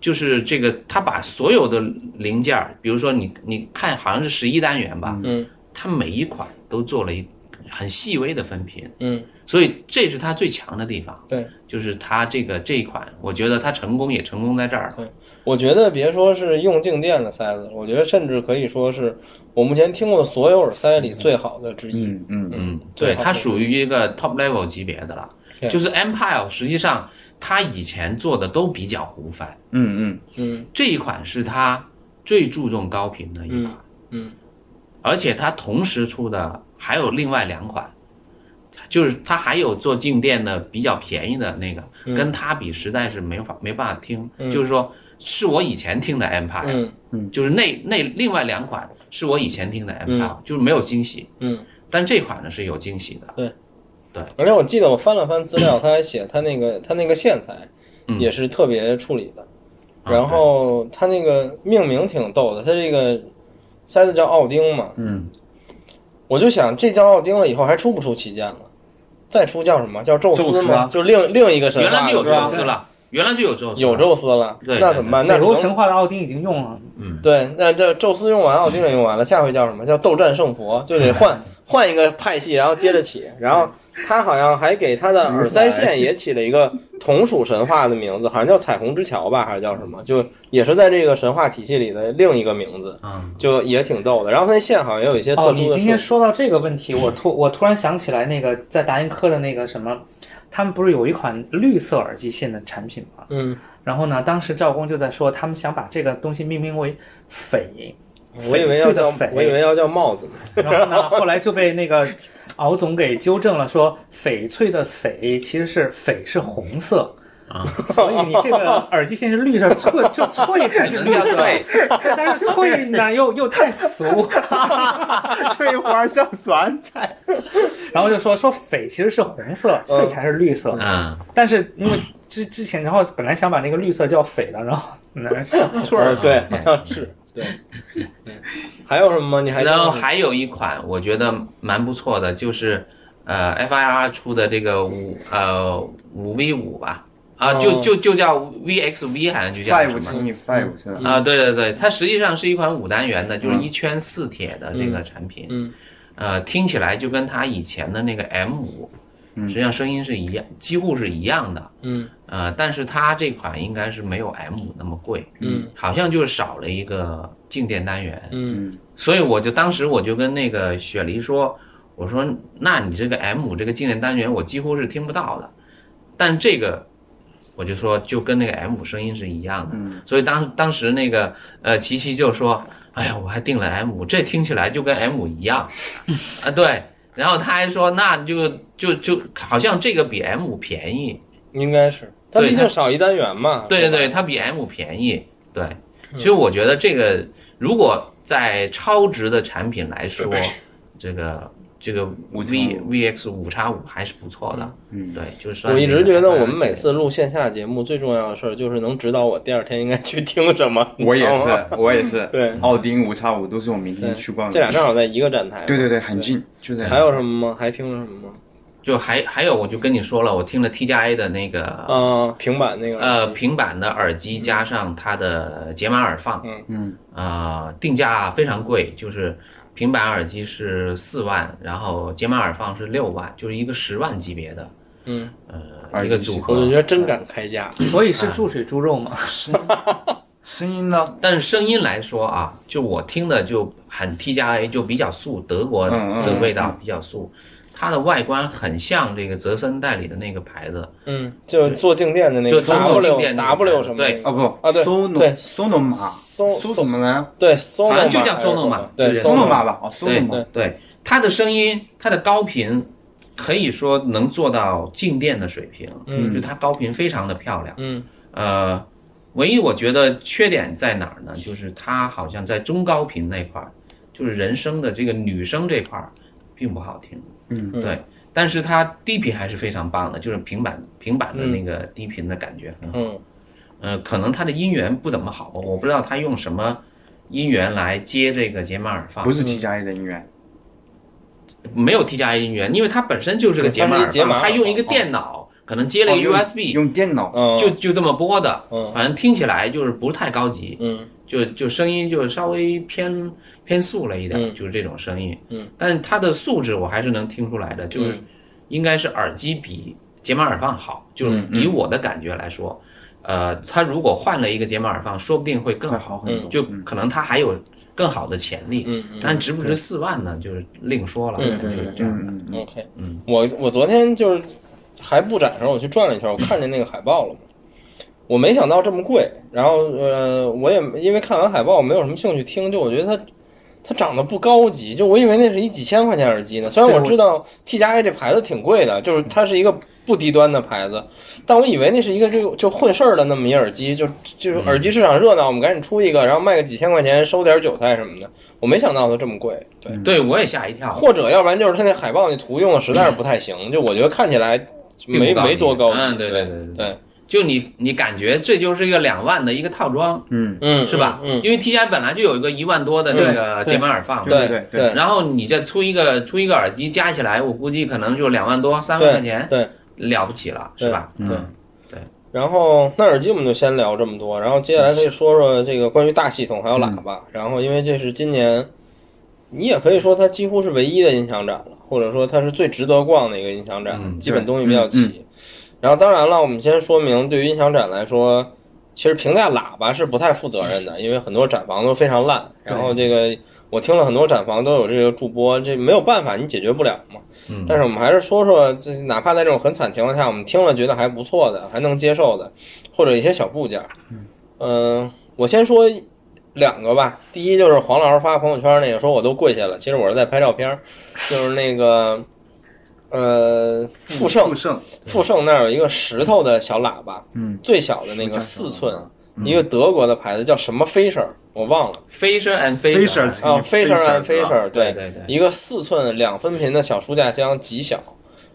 Speaker 2: 就是这个，它把所有的零件儿，比如说你你看好像是十一单元吧，
Speaker 1: 嗯
Speaker 2: 它每一款都做了一很细微的分频，
Speaker 1: 嗯
Speaker 2: 所以这是它最强的地方。
Speaker 1: 对。
Speaker 2: 就是它这个这一款，我觉得它成功也成功在这儿了。
Speaker 1: 我觉得别说是用静电的塞子，我觉得甚至可以说是我目前听过的所有耳塞里最好的之一。
Speaker 4: 嗯嗯嗯
Speaker 2: 嗯，
Speaker 1: 对
Speaker 2: 对，它
Speaker 1: 好
Speaker 2: 属于一个 top level 级别的了。
Speaker 1: 对
Speaker 2: 就是 Empire，实际上它以前做的都比较胡翻，
Speaker 4: 嗯
Speaker 1: 嗯
Speaker 2: 这一款是它最注重高频的一款，
Speaker 1: 嗯
Speaker 2: 而且它同时出的还有另外两款，就是它还有做静电的比较便宜的那个，
Speaker 1: 嗯
Speaker 2: 跟它比实在是没法没办法听。就是说，是我以前听的 Empire，、
Speaker 1: 嗯
Speaker 2: 就是那那另外两款是我以前听的 M 八、就是没有惊喜，
Speaker 1: 嗯，
Speaker 2: 但这款呢是有惊喜的。
Speaker 1: 而且我记得我翻了翻资料，他还写他那个他那个线材也是特别处理的，
Speaker 2: 嗯啊
Speaker 1: 然后他那个命名挺逗的，他这个塞子叫奥丁嘛，
Speaker 4: 嗯
Speaker 1: 我就想这叫奥丁了以后还出不出旗舰了？再出叫什么叫宙
Speaker 4: 宙
Speaker 1: 斯
Speaker 4: 斯
Speaker 1: 吗？
Speaker 4: 啊
Speaker 1: 就另另一个神
Speaker 2: 原来
Speaker 1: 话
Speaker 2: 就有
Speaker 1: 是吧
Speaker 2: 宙斯了，原来就有宙斯了，
Speaker 1: 有宙斯了，
Speaker 2: 对
Speaker 1: 那怎么办？那
Speaker 3: 美
Speaker 1: 只
Speaker 3: 国
Speaker 1: 能
Speaker 3: 神话的奥丁已经用了，
Speaker 1: 对，那这宙斯用完，奥丁也用完了，下回叫什么？叫斗战胜佛，就得 换换一个派系，然后接着起。然后他好像还给他的耳塞线也起了一个同属神话的名字，好像叫彩虹之桥吧，还是叫什么？就也是在这个神话体系里的另一个名字，
Speaker 2: 嗯，
Speaker 1: 就也挺逗的。然后他那线好像也有一些
Speaker 3: 哦，
Speaker 1: 特
Speaker 3: 你
Speaker 1: 殊的
Speaker 3: 今天
Speaker 1: 设计，
Speaker 3: 说到这个问题，我突我突然想起来，那个在达音科的那个什么，他们不是有一款绿色耳机线的产品吗？
Speaker 1: 嗯，
Speaker 3: 然后呢，当时赵工就在说，他们想把这个东西命名为“匪
Speaker 1: 我以为要叫
Speaker 3: 翡翠的翡
Speaker 1: 我以为要叫帽 子呢，”，
Speaker 3: 然后呢，后来就被那个敖总给纠正了，说“翡翠”的“翡”其实是“翡”是红色。
Speaker 2: 啊，
Speaker 3: 所以你这个耳机线是绿色，翠就翠才
Speaker 2: 只
Speaker 3: 是
Speaker 2: 能
Speaker 3: 绿
Speaker 2: 叫
Speaker 3: 色，
Speaker 2: 对，
Speaker 3: 但是翠呢又又太俗，
Speaker 4: 嗯，翠花像酸 菜，
Speaker 3: 然后就说说翡其实是红色，翠才是绿色。
Speaker 2: 嗯，
Speaker 3: 但是因为之之前，然后本来想把那个绿色叫翡的，然后那
Speaker 1: 错儿对，好像是 对。对还有什么吗？你还
Speaker 2: 然后还有一款我觉得蛮不错的，就是呃 FIR 出的这个五呃五 V 五吧，啊，
Speaker 1: 哦
Speaker 2: 就就就叫 VXV 好像就叫
Speaker 4: 快
Speaker 2: 什
Speaker 4: 五
Speaker 2: 么。
Speaker 4: 乘以快五是吧？
Speaker 2: 啊，对对对，它实际上是一款五单元的，就是一圈四铁的这个产品。
Speaker 1: 嗯，
Speaker 2: 呃，听起来就跟它以前的那个 M 五实际上声音是一样，几乎是一样的。
Speaker 1: 嗯
Speaker 2: 呃，但是它这款应该是没有 M 那么贵，
Speaker 1: 嗯，
Speaker 2: 好像就是少了一个静电单元，
Speaker 1: 嗯
Speaker 2: 所以我就当时我就跟那个雪梨说，我说那你这个 M 这个静电单元我几乎是听不到的，但这个我就说就跟那个 M 声音是一样的，所以当当时那个呃琪琪就说，哎呀，我还定了 M，这听起来就跟 M 一 样，啊对，然后他还说那就就就好像这个比 M 便宜，
Speaker 1: 应该是，它
Speaker 2: 对
Speaker 1: 毕
Speaker 2: 它
Speaker 1: 竟少一单元嘛。
Speaker 2: 对对啊对，嗯
Speaker 1: 吧，
Speaker 2: 它比 M 便宜。对，其实我觉得这个如果在超值的产品来说，这个这个 V
Speaker 4: 5X5
Speaker 2: V X 五叉五还是不错的。嗯，对，就是算
Speaker 1: 我一
Speaker 2: 这
Speaker 1: 直
Speaker 2: 个
Speaker 1: 觉得我们
Speaker 2: 系列
Speaker 1: 每次录线下节目最重要的事儿就是能指导我第二天应该去听什么。
Speaker 4: 我也
Speaker 1: 你知道吗，
Speaker 4: 是，我也 是。
Speaker 1: 对
Speaker 4: 奥丁五叉五都是我明天去逛
Speaker 1: 这俩
Speaker 4: 的。
Speaker 1: 正好在一个展台。
Speaker 4: 对对对，很近，就在。
Speaker 1: 还有什么吗？还听了什么吗？
Speaker 2: 就还还有，我就跟你说了，我听了 T 加 A 的那个
Speaker 1: 啊，平板那个。
Speaker 2: 呃，平板的耳机加上它的解码耳放，
Speaker 1: 嗯
Speaker 4: 嗯，
Speaker 2: 啊，定价非常贵，就是平板耳机是四万，然后解码耳放是六万，就是一个十万级别的，
Speaker 1: 嗯，
Speaker 2: 呃，
Speaker 4: 耳
Speaker 2: 一个
Speaker 4: 机
Speaker 2: 组
Speaker 4: 是
Speaker 1: 我就
Speaker 2: 合
Speaker 1: 觉。得真敢开价。
Speaker 3: 所以是注水猪 肉嘛？
Speaker 4: 声音呢？
Speaker 2: 但是声音来说啊，就我听的就很 T 加 A，就比较素，德国
Speaker 4: 嗯嗯
Speaker 2: 的
Speaker 4: 嗯
Speaker 2: 味道比较素，它的外观很像这个泽森代理的那个牌子，
Speaker 1: 嗯，就是做静电的那
Speaker 2: 就
Speaker 1: 个
Speaker 2: 做静
Speaker 1: W
Speaker 2: 电那个
Speaker 1: W 什么
Speaker 2: 对
Speaker 4: 啊
Speaker 1: 的
Speaker 4: 不
Speaker 1: 啊对对
Speaker 4: Sono Sonoma
Speaker 1: 松
Speaker 4: 搜什么来？
Speaker 1: 对 Sono
Speaker 2: 好像就叫 Sonoma，
Speaker 1: 对
Speaker 2: 对
Speaker 1: Sonoma
Speaker 4: Sonoma 吧？哦
Speaker 2: 对
Speaker 4: ，Sonoma。
Speaker 2: 对，它的声音，它的高频，可以说能做到静电的水平，
Speaker 1: 嗯
Speaker 2: 就它高频非常的漂亮。
Speaker 1: 嗯
Speaker 2: 呃，唯一我觉得缺点在哪儿呢？就是它好像在中高频那块儿，就是人声的这个女声这块儿，并不好听。
Speaker 4: 嗯
Speaker 2: 对。但是它低频还是非常棒的，就是平板平板的那个低频的感觉很好。
Speaker 1: 嗯
Speaker 2: 呃，可能它的音源不怎么好，我不知道它用什么音源来接这个解码耳放。
Speaker 4: 不是 T 加 A 的音源，
Speaker 2: 没有 T 加 A 音源，因为它本身就是个解码
Speaker 1: 它是一解
Speaker 2: 耳
Speaker 1: 码哦
Speaker 2: 放，
Speaker 1: 耳
Speaker 2: 它
Speaker 1: 放
Speaker 2: 用一个电脑可能接了
Speaker 4: 哦
Speaker 2: 嗯一个
Speaker 4: 用
Speaker 2: USB，
Speaker 4: 用电脑。
Speaker 1: 嗯
Speaker 2: 就就这么播的
Speaker 1: 嗯，
Speaker 2: 反正听起来就是不太高级，
Speaker 1: 嗯
Speaker 2: 就就声音就稍微偏偏素了一点，
Speaker 1: 嗯
Speaker 2: 就是这种声音。
Speaker 1: 嗯，
Speaker 2: 但是它的素质我还是能听出来的，就是
Speaker 1: 嗯
Speaker 2: 应该是耳机比解码耳放好，就是
Speaker 1: 嗯
Speaker 2: 以我的感觉来说，呃，它如果换了一个解码耳放，说不定会更嗯
Speaker 4: 会好很多，嗯
Speaker 2: 就可能它还有更好的潜力。
Speaker 1: 嗯嗯
Speaker 2: 但值不值四万呢，就是另说了，
Speaker 1: 对
Speaker 4: 对
Speaker 2: 就
Speaker 4: 对
Speaker 2: 是
Speaker 4: 对，
Speaker 2: 这样的。
Speaker 4: 嗯嗯嗯，
Speaker 1: OK，
Speaker 2: 嗯，
Speaker 1: 我我昨天就是还布展的时候，我去转了一圈，我看见那个海报了嘛，我没想到这么贵，然后呃，我也因为看完海报我没有什么兴趣听，就我觉得它。它长得不高级，就我以为那是一几千块钱耳机呢。虽然
Speaker 3: 对
Speaker 1: 我
Speaker 3: 我
Speaker 1: 知道 T 加 A 这牌子挺贵的，就是它是一个不低端的牌子，但我以为那是一个就就混事儿的那么一耳机，就就是耳机市场热闹，我们赶紧出一个，然后卖个几千块钱收点韭菜什么的。我没想到它这么贵，对。
Speaker 2: 对我也吓一跳，
Speaker 1: 或者要不然就是他那海报那图用的实在是不太行，就我觉得看起来没
Speaker 2: 嗯并不高级
Speaker 1: 没多高级，
Speaker 2: 嗯对对
Speaker 1: 对
Speaker 2: 对对就你你感觉这就是一个两万的一个套装，
Speaker 4: 嗯，
Speaker 1: 嗯
Speaker 2: 是吧？
Speaker 1: 嗯，
Speaker 2: 因为 T 加本来就有一个一万多的这个
Speaker 3: 对
Speaker 2: 键盘耳放，
Speaker 4: 对
Speaker 1: 对
Speaker 4: 对
Speaker 1: 对
Speaker 2: 然后你再出一个出一个耳机，加起来我估计可能就两万多，三万块钱
Speaker 1: 对
Speaker 2: 了不起了，
Speaker 1: 对
Speaker 2: 是吧？
Speaker 1: 对
Speaker 2: 嗯对。
Speaker 1: 然后那耳机我们就先聊这么多，然后接下来可以说说这个关于大系统还有喇叭，
Speaker 2: 嗯
Speaker 1: 然后因为这是今年，你也可以说它几乎是唯一的音响展了，或者说它是最值得逛的一个音响展，
Speaker 2: 嗯
Speaker 1: 基本东西比较齐。然后当然了，我们先说明，对于音响展来说，其实评价喇叭是不太负责任 的，因为很多展房都非常烂。然后这个我听了很多展房都有这个助播，这没有办法，你解决不了嘛。
Speaker 2: 嗯
Speaker 1: 但是我们还是说说，这哪怕在这种很惨情况下，我们听了觉得还不错的，还能接受的，或者一些小部件。嗯、我先说两个吧。第一就是黄老师发朋友圈那个，说我都跪下了，其实我是在拍照片儿，就是那个呃富盛
Speaker 4: 复盛，
Speaker 1: 富盛那儿有一个石头的小喇叭，
Speaker 4: 嗯，
Speaker 1: 最小的那
Speaker 4: 什么
Speaker 1: 个
Speaker 4: 叫
Speaker 1: 四
Speaker 4: 小喇
Speaker 1: 寸
Speaker 4: 叭，嗯
Speaker 1: 一个德国的牌子叫什么 Fisher，我忘了
Speaker 2: Fisher and
Speaker 4: 哎 Fisher
Speaker 2: Fisher，
Speaker 1: 啊，Fisher and
Speaker 4: 飞
Speaker 1: Fisher，
Speaker 2: 对对对
Speaker 1: 一个四寸两分频的小书架箱，极小。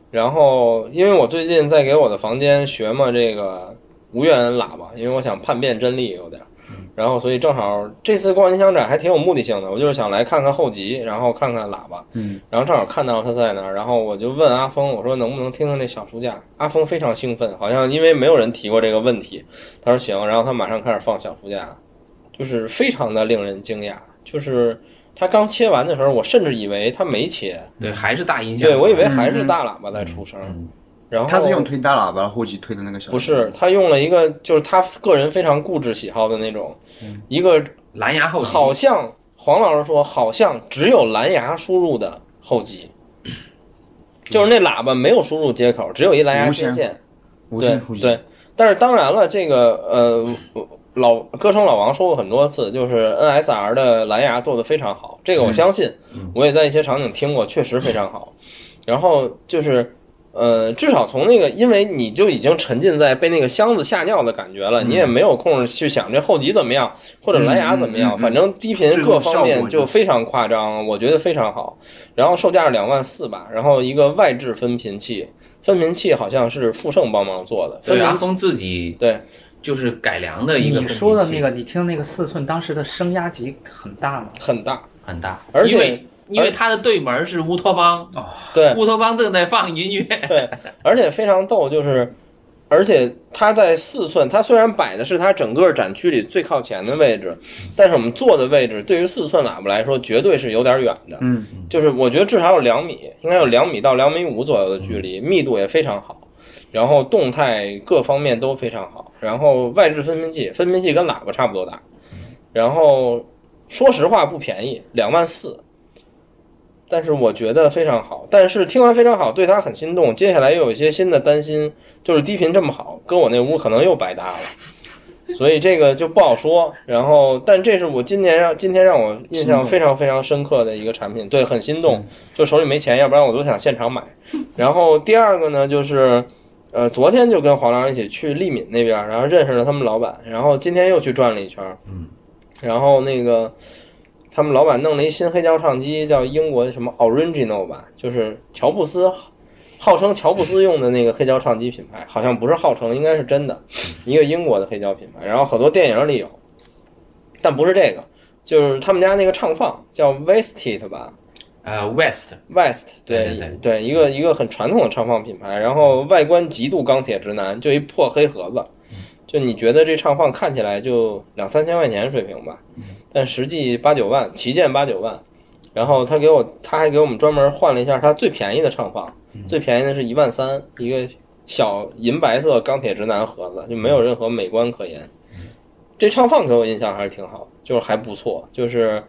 Speaker 1: 然后，因为我最近在给我的房间学嘛这个无源喇叭，因为我想叛变真理有点儿。
Speaker 2: 嗯
Speaker 1: 然后，所以正好这次逛音响展还挺有目的性的，我就是想来看看后级，然后看看喇叭。
Speaker 4: 嗯，
Speaker 1: 然后正好看到他在那儿，然后我就问阿峰，我说能不能听听这小书架？阿峰非常兴奋，好像因为没有人提过这个问题，他说行，然后他马上开始放小书架，就是非常的令人惊讶，就是它刚切完的时候，我甚至以为它没切，
Speaker 2: 对，还是大音箱。
Speaker 1: 对我以为还
Speaker 4: 嗯
Speaker 1: 是大喇叭在出声。
Speaker 2: 嗯
Speaker 1: 然后
Speaker 4: 他是用推大喇叭后期推的那个小喇叭，
Speaker 1: 不是他用了一个就是他个人非常固执喜好的那种，
Speaker 4: 嗯
Speaker 1: 一个
Speaker 2: 蓝牙后
Speaker 1: 好
Speaker 2: 期，
Speaker 1: 像黄老师说好像只有蓝牙输入的后级，
Speaker 4: 嗯
Speaker 1: 就是那喇叭没有输入接口，只有一蓝牙
Speaker 4: 无
Speaker 1: 接
Speaker 4: 线
Speaker 1: 线。
Speaker 4: 无
Speaker 1: 对
Speaker 4: 线后期，
Speaker 1: 对，但是当然了，这个呃，老歌声老王说过很多次，就是 NSR 的蓝牙做的非常好，这个
Speaker 4: 嗯
Speaker 1: 我相信，我也在一些场景听过，确实非常好。然后就是呃，至少从那个，因为你就已经沉浸在被那个箱子吓尿的感觉了，你
Speaker 4: 嗯
Speaker 1: 也没有空去想这后级怎么样，或者蓝牙怎么样，
Speaker 4: 嗯嗯嗯
Speaker 1: 反正低频
Speaker 4: 最后
Speaker 1: 各
Speaker 4: 效
Speaker 1: 方
Speaker 4: 果
Speaker 1: 面
Speaker 4: 就
Speaker 1: 就非常夸张，我觉得非常好。然后售价是两万四吧，然后一个外置分频器。分频器好像是富盛帮忙做的，分
Speaker 2: 对啊
Speaker 1: 频
Speaker 2: 阿
Speaker 1: 器
Speaker 2: 峰自己
Speaker 1: 对，
Speaker 2: 就是改良的一个。
Speaker 3: 你说的那个，你听那个四寸，当时的声压级很大吗？
Speaker 1: 很大，
Speaker 2: 很大，
Speaker 1: 而且
Speaker 2: 因为因为它的对门是乌托邦，
Speaker 1: 对
Speaker 2: 乌托邦正在放音乐，
Speaker 1: 对，而且非常逗，就是，而且它在四寸，它虽然摆的是它整个展区里最靠前的位置，但是我们坐的位置对于四寸喇叭来说，绝对是有点远的，
Speaker 4: 嗯，
Speaker 1: 就是我觉得至少有两米，应该有两米到两米五左右的距离，密度也非常好，然后动态各方面都非常好，然后外置分频器，分频器跟喇叭差不多大，然后说实话不便宜，两万四。但是我觉得非常好，但是听完非常好，对它很心动。接下来又有一些新的担心，就是低频这么好，跟我那屋可能又白搭了，所以这个就不好说。然后，但这是我今年让今天让我印象非常非常深刻的一个产品，对，很心动。就手里没钱，要不然我都想现场买。然后第二个呢，就是呃，昨天就跟黄良一起去利敏那边，然后认识了他们老板，然后今天又去转了一圈，嗯，然后那个他们老板弄了一新黑胶唱机，叫英国什么 Original 吧，就是乔布斯。号称乔布斯用的那个黑胶唱机品牌，好像不是号称，应该是真的，一个英国的黑胶品牌。然后很多电影里有，但不是这个，就是他们家那个唱放叫 Wasted 吧，
Speaker 2: 呃，West，
Speaker 1: West，
Speaker 2: 对
Speaker 1: 对
Speaker 2: 对
Speaker 1: 一个一个很传统的唱放品牌，然后外观极度钢铁直男，就一破黑盒子，就你觉得这唱放看起来就两三千块钱水平吧，但实际八九万，旗舰八九万，然后他给我他还给我们专门换了一下他最便宜的唱放，最便宜的是一万三，一个小银白色钢铁直男盒子，就没有任何美观可言。这唱放给我印象还是挺好，就是还不错，就是，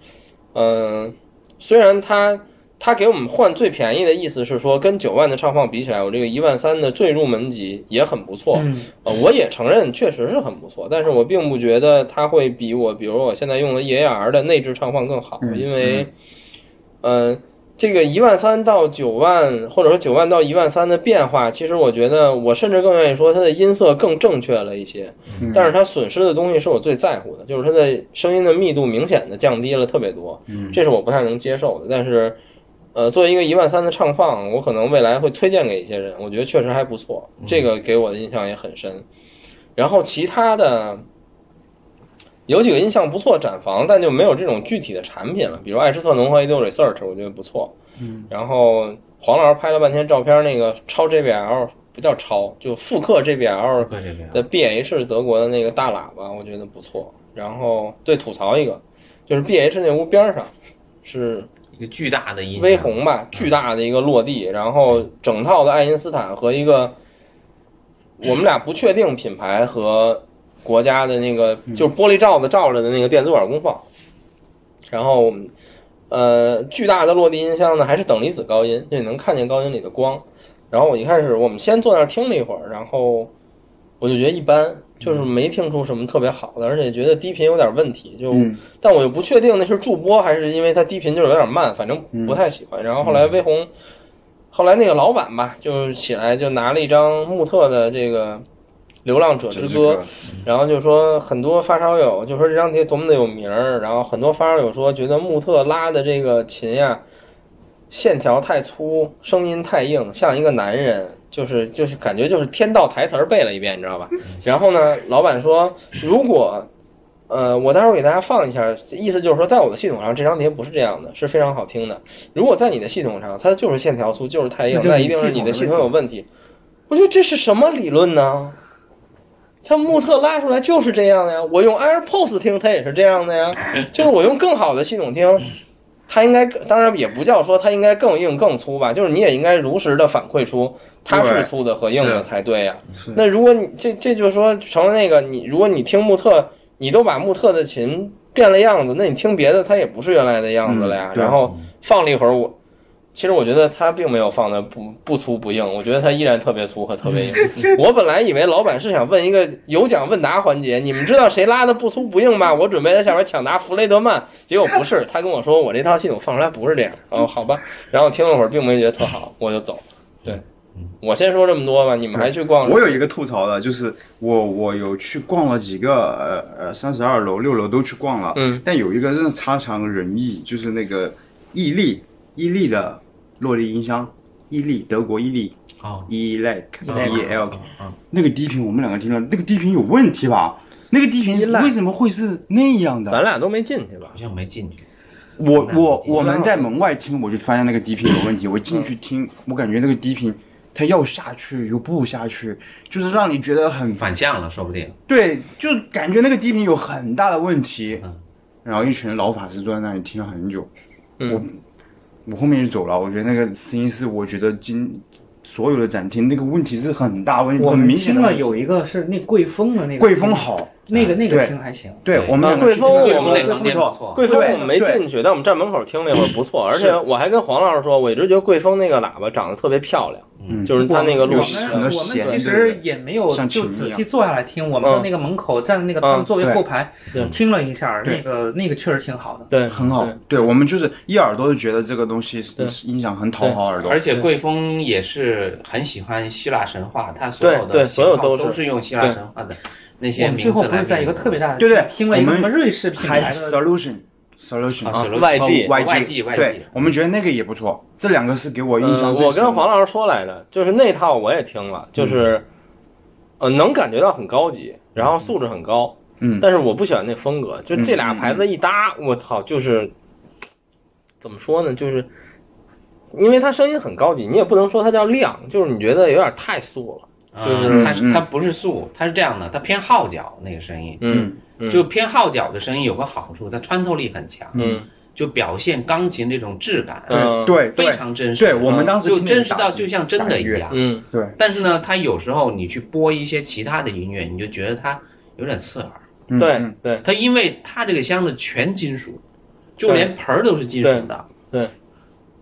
Speaker 1: 嗯、虽然它他给我们换最便宜的意思是说，跟九万的唱放比起来，我这个一万三的最入门级也很不错。
Speaker 3: 嗯，
Speaker 1: 呃，我也承认确实是很不错，但是我并不觉得它会比我，比如我现在用的 EAR 的内置唱放更好，因为，嗯、这个一万三到九万，或者说九万到一万三的变化，其实我觉得我甚至更愿意说它的音色更正确了一些，但是它损失的东西是我最在乎的，就是它的声音的密度明显的降低了特别多，这是我不太能接受的，但是。呃，作为一个一万三的唱放，我可能未来会推荐给一些人，我觉得确实还不错，这个给我的印象也很深。然后其他的有几个印象不错展房，但就没有这种具体的产品了，比如艾斯特农和 Ado Research，我觉得不错。嗯，然后黄老师拍了半天照片，那个超 JBL 不叫超，就复刻 JBL
Speaker 2: 快这边
Speaker 1: 的 BH 德国的那个大喇叭，我觉得不错。然后对吐槽一个，就是 BH 那屋边儿上是
Speaker 2: 一个巨大的音
Speaker 1: 微
Speaker 2: 响，
Speaker 1: 红吧，巨大的一个落地，然后整套的爱因斯坦和一个我们俩不确定品牌和国家的那个就是玻璃罩子罩着的那个电子管功放，然后呃巨大的落地音箱呢还是等离子高音，就你能看见高音里的光。然后我一开始我们先坐那儿听了一会儿，然后我就觉得一般，就是没听出什么特别好的，而且觉得低频有点问题，就、
Speaker 4: 嗯
Speaker 1: 但我又不确定那是助播还是因为它低频就是有点慢，反正不太喜欢。然后后来微红，后来那个老板吧，就是起来就拿了一张穆特的这个《流浪者之
Speaker 4: 这
Speaker 1: 歌》
Speaker 4: 个，
Speaker 1: 然后就说很多发烧友就说这张碟多么的有名儿，然后很多发烧友说觉得穆特拉的这个琴呀、线条太粗，声音太硬，像一个男人，就是就是感觉就是天道台词儿背了一遍，你知道吧？然后呢，老板说如果。呃，我待会儿给大家放一下，意思就是说，在我的系统上，这张碟不是这样的，是非常好听的。如果在你的系统上，它就是线条粗，就是太硬
Speaker 3: 那，就是
Speaker 1: 那
Speaker 3: 你
Speaker 1: 一定是你的
Speaker 3: 系
Speaker 1: 系
Speaker 3: 统
Speaker 1: 统
Speaker 3: 的
Speaker 1: 有问题。我觉得这是什么理论呢？像穆特拉出来就是 这样的呀，我用 AirPods 听它也是这样的呀，就是我用更好的系统听，它应该当然也不叫说它应该更硬更粗吧，就是你也应该如实的反馈出它是
Speaker 4: 对
Speaker 1: 粗的和硬的
Speaker 4: 是
Speaker 1: 才对呀、
Speaker 4: 是
Speaker 1: 那如果你这这就是说成了那个你，如果你听穆特，你都把穆特的琴变了样子，那你听别的它也不是原来的样子了呀。
Speaker 4: 嗯对
Speaker 1: 然后放了一会儿我，其实我觉得它并没有放的不不粗不硬，我觉得它依然特别粗和特 别硬。我本来以为老板是想问一个有奖问答环节，你们知道谁拉的不粗不硬吗？我准备在下面抢答弗雷德曼，结果不是，他 跟我说我这套系统放出来不是这样。哦，好吧，然后听了会儿并没觉得特好，我就走了。对，
Speaker 4: 嗯
Speaker 1: 我先说这么多吧，你们还去逛？
Speaker 4: 我有一个吐槽的，就是我我有去逛了几个呃呃三十二楼六楼都去逛了，
Speaker 1: 嗯，
Speaker 4: 但有一个真的差强人意，就是那个伊利伊利的落地音箱，伊利德国伊利
Speaker 2: 哦
Speaker 4: e l e c
Speaker 3: Elec
Speaker 4: e l
Speaker 2: 哦哦
Speaker 4: 那个低频，我们两个听了，那个低频有问题吧？那个低频
Speaker 1: Elec
Speaker 4: 为什么会是那样
Speaker 1: 咱
Speaker 4: 的？
Speaker 1: 俩都没进去吧
Speaker 2: 好？像没进去。
Speaker 4: 我
Speaker 2: 咱
Speaker 4: 我我们在门外听，我就发现那个低频有问题。我进去听，我感觉那个低频它要下去又不下去，就是让你觉得很
Speaker 2: 反向了，说不定。
Speaker 4: 对，就感觉那个低频有很大的问题。
Speaker 2: 嗯
Speaker 4: 然后一群老法师坐在那里听了很久，我我后面就走了。我觉得那个声音是，我觉得今所有的展厅那个问题是很大问题，
Speaker 3: 我
Speaker 4: 很
Speaker 3: 们
Speaker 4: 明显
Speaker 3: 听
Speaker 4: 的
Speaker 3: 了
Speaker 4: 问题
Speaker 3: 有一个是那贵风的那个，
Speaker 4: 贵风，好，哎
Speaker 3: 那个那个
Speaker 4: 对
Speaker 3: 听还行。
Speaker 4: 对
Speaker 2: 对
Speaker 4: 我们两
Speaker 1: 啊
Speaker 4: 个去
Speaker 1: 贵
Speaker 4: 听了
Speaker 1: 风我们那
Speaker 4: 贵风真
Speaker 2: 房间
Speaker 4: 不
Speaker 2: 不
Speaker 4: 错
Speaker 2: 错，
Speaker 1: 贵丰
Speaker 4: 对
Speaker 1: 我们没进去，但我们站门口听那会儿不错，而且我还跟黄老师说，我一直觉得贵丰那个喇叭长得特别漂亮，
Speaker 4: 嗯
Speaker 1: 就是它那个路
Speaker 3: 我
Speaker 4: 是
Speaker 3: 们
Speaker 4: 很多
Speaker 3: 我们
Speaker 4: 弦
Speaker 3: 其
Speaker 4: 对
Speaker 3: 实
Speaker 4: 不
Speaker 3: 也没有
Speaker 4: 像
Speaker 3: 就
Speaker 4: 琴一
Speaker 3: 仔
Speaker 4: 样
Speaker 3: 细坐下来听，我们在
Speaker 1: 嗯
Speaker 3: 那个门口站在那个他
Speaker 1: 嗯
Speaker 3: 们座位
Speaker 4: 对
Speaker 3: 后排
Speaker 1: 对
Speaker 3: 听了一下，
Speaker 4: 对
Speaker 3: 那个那个确实挺好的。
Speaker 1: 对，
Speaker 4: 很好
Speaker 1: 对。
Speaker 4: 对我们就是一耳朵就觉得这个东西是
Speaker 1: 对
Speaker 4: 音响很讨好耳朵
Speaker 2: 而，且贵丰也是很喜欢希腊神话，他所有
Speaker 1: 对对
Speaker 2: 的
Speaker 1: 所有
Speaker 2: 型号
Speaker 1: 都是
Speaker 2: 都是用希腊神话的那
Speaker 3: 我
Speaker 2: 些
Speaker 3: 们最
Speaker 2: 名
Speaker 3: 后
Speaker 2: 字
Speaker 3: 不
Speaker 2: 来命名的。
Speaker 3: 是在一个特别大的
Speaker 4: 对对
Speaker 3: 厅听了一个
Speaker 4: 我
Speaker 3: 什
Speaker 4: 们
Speaker 3: 么瑞士品
Speaker 4: 还
Speaker 3: 牌
Speaker 4: 有
Speaker 3: 的，
Speaker 4: solution solution
Speaker 2: 啊，solution
Speaker 1: 外 G
Speaker 4: 外
Speaker 2: 外 G 外 G
Speaker 4: 对我们觉得那个也不错，这两个是给我印
Speaker 1: 呃
Speaker 4: 象最
Speaker 1: 我
Speaker 4: 深
Speaker 1: 跟
Speaker 4: 的。
Speaker 1: 黄老师说来的，就是那套我也听了，就是呃能感觉到很高级，然后素质很高，
Speaker 4: 嗯
Speaker 1: 但是我不喜欢那风格，就这俩
Speaker 4: 嗯嗯
Speaker 1: 牌子一搭，我操，就是怎么说呢，就是。因为它声音很高级，你也不能说它叫亮，就是你觉得有点太素了。
Speaker 2: 嗯，它
Speaker 4: 嗯
Speaker 2: 是它不是素，它是这样的，它偏号角那个声音，
Speaker 1: 嗯嗯
Speaker 2: 就偏号角的声音有个好处，它穿透力很强，
Speaker 1: 嗯
Speaker 2: 就表现钢琴这种质感，
Speaker 1: 嗯
Speaker 4: 对对
Speaker 2: 非
Speaker 4: 对
Speaker 2: 常真实，
Speaker 4: 对，我们当时
Speaker 2: 就
Speaker 4: 听
Speaker 2: 真
Speaker 4: 那个
Speaker 2: 实
Speaker 4: 打
Speaker 2: 到
Speaker 4: 字
Speaker 2: 就像真
Speaker 4: 打
Speaker 2: 的一
Speaker 4: 乐
Speaker 2: 样。
Speaker 1: 嗯，
Speaker 4: 对，
Speaker 2: 但是呢，它有时候你去播一些其他的音乐，你就觉得它有点刺耳。
Speaker 4: 嗯
Speaker 1: 对
Speaker 4: 嗯
Speaker 1: 对，
Speaker 2: 它因为它这个箱子全金属，就连盆儿都是金属的，
Speaker 1: 对对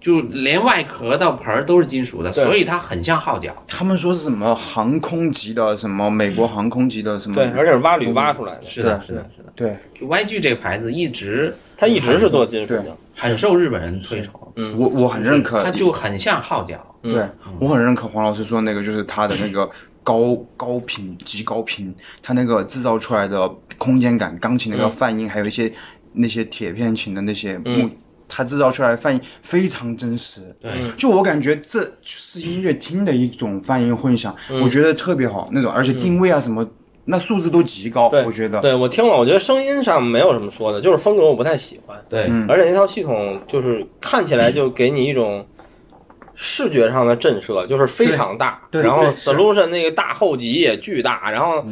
Speaker 2: 就连外壳到盆儿都是金属的，
Speaker 1: 对
Speaker 2: 所以它很像号角。
Speaker 4: 他们说是什么航空级的，什么美
Speaker 2: 嗯
Speaker 4: 国航空级的什么，
Speaker 1: 对，而且是挖铝挖出来的，
Speaker 2: 是的，
Speaker 4: 对
Speaker 2: 是的，是的。
Speaker 4: 对
Speaker 2: YG 这个牌子一直
Speaker 1: 它一直是做金属的。
Speaker 2: 很受日本人推崇，
Speaker 1: 嗯
Speaker 4: 我我很认可
Speaker 2: 它，就很像号角。
Speaker 1: 嗯
Speaker 4: 对我很认可黄老师说那个，就是它的那个高高频极高频，它那个制造出来的空间感，钢琴那个泛音，还有一些那些铁片琴的那些木，它制造出来的泛音非常真实。
Speaker 2: 对，
Speaker 4: 就我感觉这是音乐厅的一种泛音混响，我觉得特别好那种，而且定位啊什么，那素质都极高，
Speaker 1: 对，
Speaker 4: 我觉得。
Speaker 1: 对我听了，我觉得声音上没有什么说的，就是风格我不太喜欢，
Speaker 2: 对，
Speaker 1: 而且那套系统就是看起来就给你一种视觉上的震慑，就是非常大，
Speaker 3: 对对
Speaker 1: 然后
Speaker 3: 对是
Speaker 1: solution 那个大后级也巨大，然后。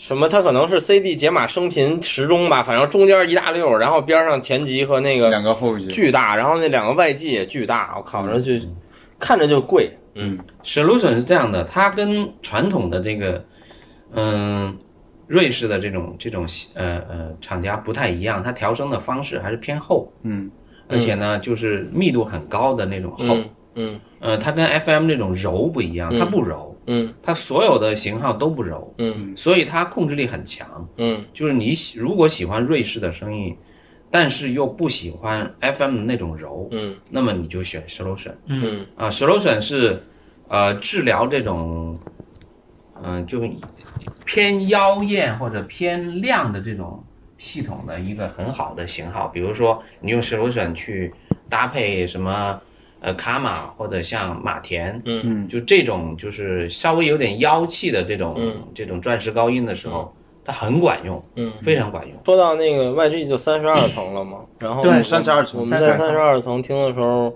Speaker 1: 什么？它可能是 CD 解码升频时钟吧，反正中间一大溜儿，然后边上前级和那个
Speaker 4: 两个后级，
Speaker 1: 巨大，然后那两个外机也巨大，我靠，然后就看着就贵，嗯
Speaker 2: solution 是这样的，它跟传统的这个，嗯，瑞士的这种这种呃呃厂家不太一样，它调声的方式还是偏厚，
Speaker 4: 嗯，
Speaker 2: 而且呢就是密度很高的那种厚，
Speaker 1: 嗯嗯
Speaker 2: 呃，它跟 FM 那种柔不一样，它不柔，
Speaker 1: 嗯
Speaker 2: 它所有的型号都不柔，
Speaker 1: 嗯
Speaker 2: 所以它控制力很强。
Speaker 1: 嗯
Speaker 2: 就是你喜如果喜欢瑞士的声音，但是又不喜欢 FM 的那种柔，
Speaker 1: 嗯
Speaker 2: 那么你就选 solution。
Speaker 1: 嗯
Speaker 2: 啊，solution 是呃治疗这种，嗯、就偏妖艳或者偏亮的这种系统的一个很好的型号。比如说，你用 solution 去搭配什么呃卡玛或者像马田，
Speaker 1: 嗯
Speaker 4: 嗯
Speaker 2: 就这种就是稍微有点妖气的这种、
Speaker 1: 嗯
Speaker 2: 这种钻石高音的时候，它很管用，
Speaker 1: 嗯。
Speaker 2: 非常管用。
Speaker 1: 说到那个 YG 就三十二层了嘛，然后
Speaker 3: 对
Speaker 1: 我
Speaker 4: 32层
Speaker 1: 我们在
Speaker 3: 32层
Speaker 1: 三十二层听的时候，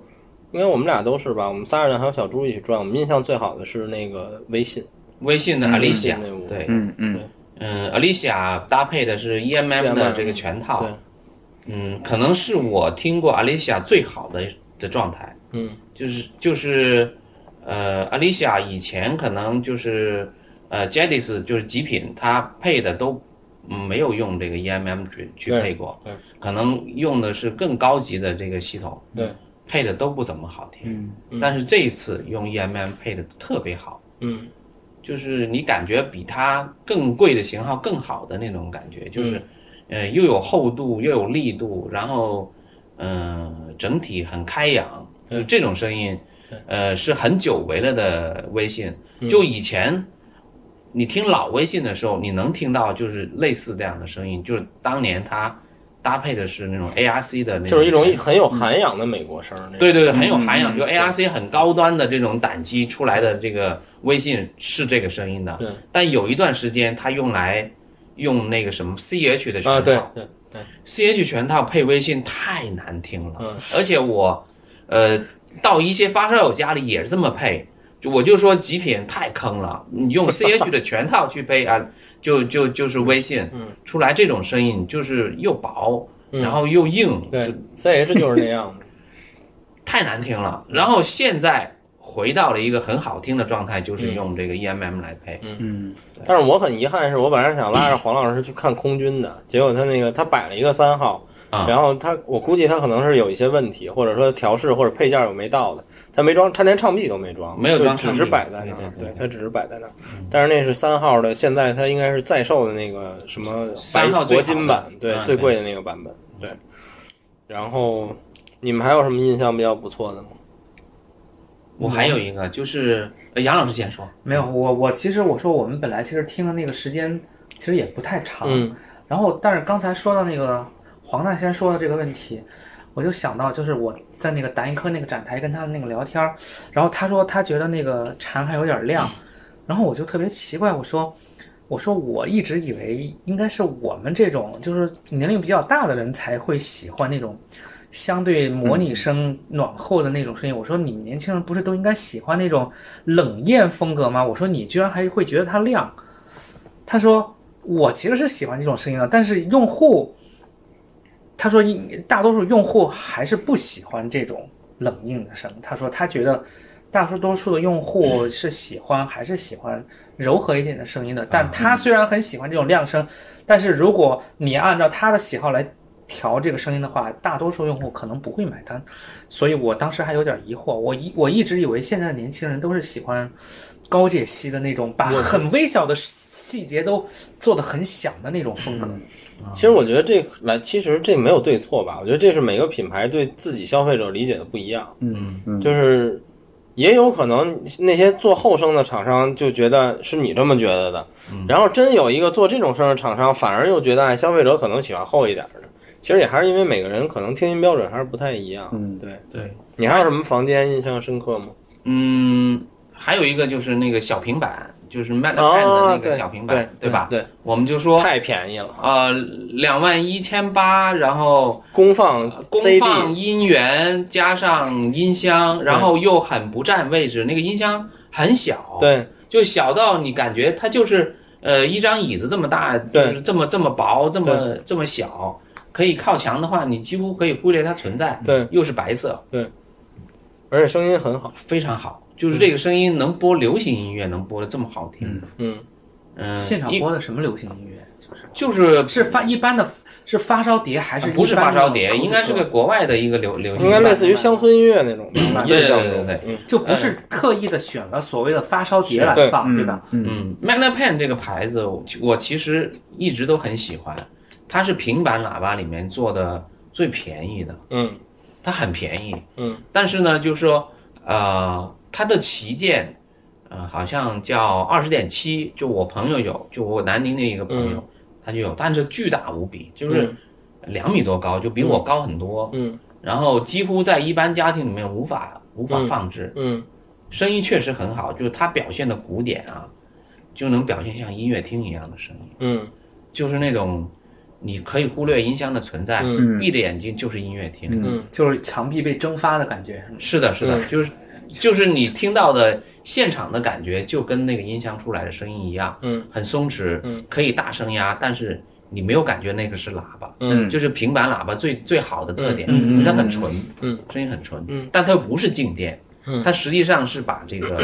Speaker 1: 因为我们俩都是吧，我们仨人还有小猪一起转，我们印象最好的是那个微信，
Speaker 2: 微信的
Speaker 1: 嗯微信
Speaker 2: Alicia，、
Speaker 1: 那舞
Speaker 2: 对，
Speaker 4: 嗯嗯，
Speaker 2: E
Speaker 1: 啊
Speaker 2: 嗯，Alicia 搭配的是 EMM 的这个全套
Speaker 1: E 对，
Speaker 2: 嗯，可能是我听过 Alicia 最好的的状态。
Speaker 1: 嗯，
Speaker 2: 就是就是，呃，Alicia 以前可能就是呃 j a d i s 就是极品，它配的都嗯没有用这个 EMM 去去
Speaker 1: 对
Speaker 2: 配过
Speaker 1: 对，
Speaker 2: 可能用的是更高级的这个系统，
Speaker 1: 对，
Speaker 2: 配的都不怎么好听。但是这一次用 EMM 配的特别好。
Speaker 1: 嗯
Speaker 2: 就是你感觉比它更贵的型号更好的那种感觉，就是，
Speaker 1: 嗯
Speaker 2: 呃，又有厚度又有力度，然后，嗯、整体很开扬，
Speaker 1: 嗯
Speaker 2: 就是这种声音，呃，是很久违了的微信。
Speaker 1: 嗯
Speaker 2: 就以前你听老微信的时候，你能听到就是类似这样的声音，就是当年它搭配的是那种 ARC 的那
Speaker 1: 就是一种
Speaker 2: 声音
Speaker 1: 很有涵养的美国声儿。那种
Speaker 2: 对对对，很有
Speaker 1: 嗯
Speaker 2: 涵养，就 ARC 很高端的这种胆机出来的这个微信是这个声音的。
Speaker 1: 对，
Speaker 2: 但有一段时间它用来用那个什么 CH 的全套、
Speaker 1: 啊，对对对，
Speaker 2: CH 全套配微信太难听了，
Speaker 1: 嗯
Speaker 2: 而且我，呃，到一些发烧友家里也是这么配，就我就说极品太坑了，你用 CH 的全套去配啊，就就就是微信，
Speaker 1: 嗯，
Speaker 2: 出来这种声音就是又薄，然后又硬，
Speaker 1: 对，CH 就是那样 的。
Speaker 2: 太难听了。然后现在回到了一个很好听的状态，
Speaker 1: 嗯
Speaker 2: 就是用这个 EMM 来配。
Speaker 4: 嗯，
Speaker 1: 但是我很遗憾，是我本来想拉着黄老师去看空军的，结果他那个他摆了一个三号，
Speaker 2: 啊
Speaker 1: 嗯然后他我估计他可能是有一些问题，或者说调试或者配件儿有没到的，他没装，他连唱臂都没装，
Speaker 2: 没有装
Speaker 1: 就
Speaker 2: 唱
Speaker 1: 只是
Speaker 2: 臂
Speaker 1: 摆在那儿，
Speaker 2: 对对对
Speaker 1: 他只是摆在那儿。但是那是三号的，现在他应该是在售的那个什么白
Speaker 2: 三号最
Speaker 1: 铂
Speaker 2: 好的
Speaker 1: 金版，对，
Speaker 2: 嗯
Speaker 1: 最贵的那个版本，对。然后你们还有什么印象比较不错的吗？
Speaker 2: 我还有一个就是，呃杨老师先说，
Speaker 3: 没有，我我其实我说我们本来其实听的那个时间其实也不太长，
Speaker 1: 嗯
Speaker 3: 然后但是刚才说到那个黄大仙说的这个问题，我就想到就是我在那个达音科那个展台跟他那个聊天儿，然后他说他觉得那个蝉还有点亮，然后我就特别奇怪，我说。我说，我一直以为应该是我们这种就是年龄比较大的人才会喜欢那种相对模拟声暖后的那种声音。我说，你们年轻人不是都应该喜欢那种冷艳风格吗？我说你居然还会觉得它亮。他说我其实是喜欢这种声音的，但是用户，他说大多数用户还是不喜欢这种冷硬的声。他说他觉得大多数的用户是喜欢还是喜欢柔和一点的声音的。但他虽然很喜欢这种亮声，但是如果你按照他的喜好来。调这个声音的话，大多数用户可能不会买单，所以我当时还有点疑惑。我一我一直以为现在的年轻人都是喜欢高解析的那种，把很微小的细节都做得很响的那种风格。
Speaker 1: 其实我觉得这来，其实这没有对错吧？我觉得这是每个品牌对自己消费者理解的不一样。
Speaker 4: 嗯嗯，
Speaker 1: 就是也有可能那些做后生的厂商就觉得是你这么觉得的，
Speaker 2: 嗯
Speaker 1: 然后真有一个做这种声的厂商，反而又觉得哎消费者可能喜欢厚一点的。其实也还是因为每个人可能听音标准还是不太一样。
Speaker 4: 嗯
Speaker 1: 对
Speaker 2: 对，
Speaker 1: 你还有什么房间印象深刻吗？
Speaker 2: 嗯，还有一个就是那个小平板，就是 Mac
Speaker 1: 啊
Speaker 2: Pen 的那个小平板，
Speaker 1: 对
Speaker 2: 对吧？
Speaker 1: 对，
Speaker 2: 我们就说，
Speaker 1: 太便宜了，
Speaker 2: 呃，两万一千八，然后
Speaker 1: 功放
Speaker 2: 功
Speaker 1: CD
Speaker 2: 放哦音源加上音箱，然后又很不占位置，那个音箱很小，，
Speaker 1: 对
Speaker 2: 就小到你感觉它就是呃一张椅子这么大，就
Speaker 1: 对
Speaker 2: 是这么这么薄，这么这么小，可以靠墙的话，你几乎可以忽略它存在，
Speaker 1: 对，
Speaker 2: 又是白色，
Speaker 1: 而且声音很好。
Speaker 2: 非常好，就是这个声音能播流行音乐，能播的这么好听。
Speaker 1: 嗯，
Speaker 2: 嗯，
Speaker 3: 现场
Speaker 2: 一
Speaker 3: 播的什么流行音乐？就是
Speaker 2: 就是
Speaker 3: 是发一般的，是发烧碟还是
Speaker 1: 啊
Speaker 2: 不是
Speaker 3: 一般
Speaker 2: 发
Speaker 3: 的
Speaker 2: 烧碟，
Speaker 3: 口水
Speaker 2: 应该是
Speaker 3: 歌
Speaker 2: 个国外的一个流流行
Speaker 1: 应
Speaker 2: 吧，
Speaker 1: 该类似于乡村音乐那种吧，
Speaker 2: 对
Speaker 1: 印
Speaker 2: 对
Speaker 1: 象
Speaker 2: 对
Speaker 1: 中
Speaker 2: 对。
Speaker 1: 嗯
Speaker 3: 就不是特意的选了所谓的发烧碟来
Speaker 1: 是对
Speaker 3: 放，
Speaker 4: 嗯
Speaker 3: 对吧？？
Speaker 4: 嗯，
Speaker 2: 嗯，MagnaPen 这个牌子，我其我其实一直都很喜欢，它是平板喇叭里面做的最便宜的，
Speaker 1: 嗯
Speaker 2: 它很便宜。
Speaker 1: 嗯，
Speaker 2: 但是呢，就是说，呃，它的旗舰，呃，好像叫二十点七，就我朋友有，就我南宁的一个朋
Speaker 1: 嗯
Speaker 2: 友，他就有，但是巨大无比，就是两米多高，就比我高很多。
Speaker 1: 嗯
Speaker 2: 然后几乎在一般家庭里面无法无法放置。
Speaker 1: 嗯
Speaker 2: 声音确实很好，就是它表现的鼓点啊，就能表现像音乐厅一样的声音，
Speaker 1: 嗯
Speaker 2: 就是那种你可以忽略音箱的存在，
Speaker 1: 嗯
Speaker 2: 闭着眼睛就是音乐厅。
Speaker 1: 嗯
Speaker 3: 就是墙壁被蒸发的感觉，是吗
Speaker 2: 是的，是的，
Speaker 1: 嗯
Speaker 2: 就是就是你听到的现场的感觉，就跟那个音箱出来的声音一样，
Speaker 1: 嗯
Speaker 2: 很松弛，
Speaker 1: 嗯
Speaker 2: 可以大声压，但是你没有感觉那个是喇叭，
Speaker 4: 嗯
Speaker 2: 就是平板喇叭最最好的特点，
Speaker 3: 嗯嗯
Speaker 2: 它很纯，
Speaker 1: 嗯，
Speaker 2: 声音很纯，
Speaker 1: 嗯，
Speaker 2: 但它又不是静电，
Speaker 1: 嗯
Speaker 2: 它实际上是把这 个，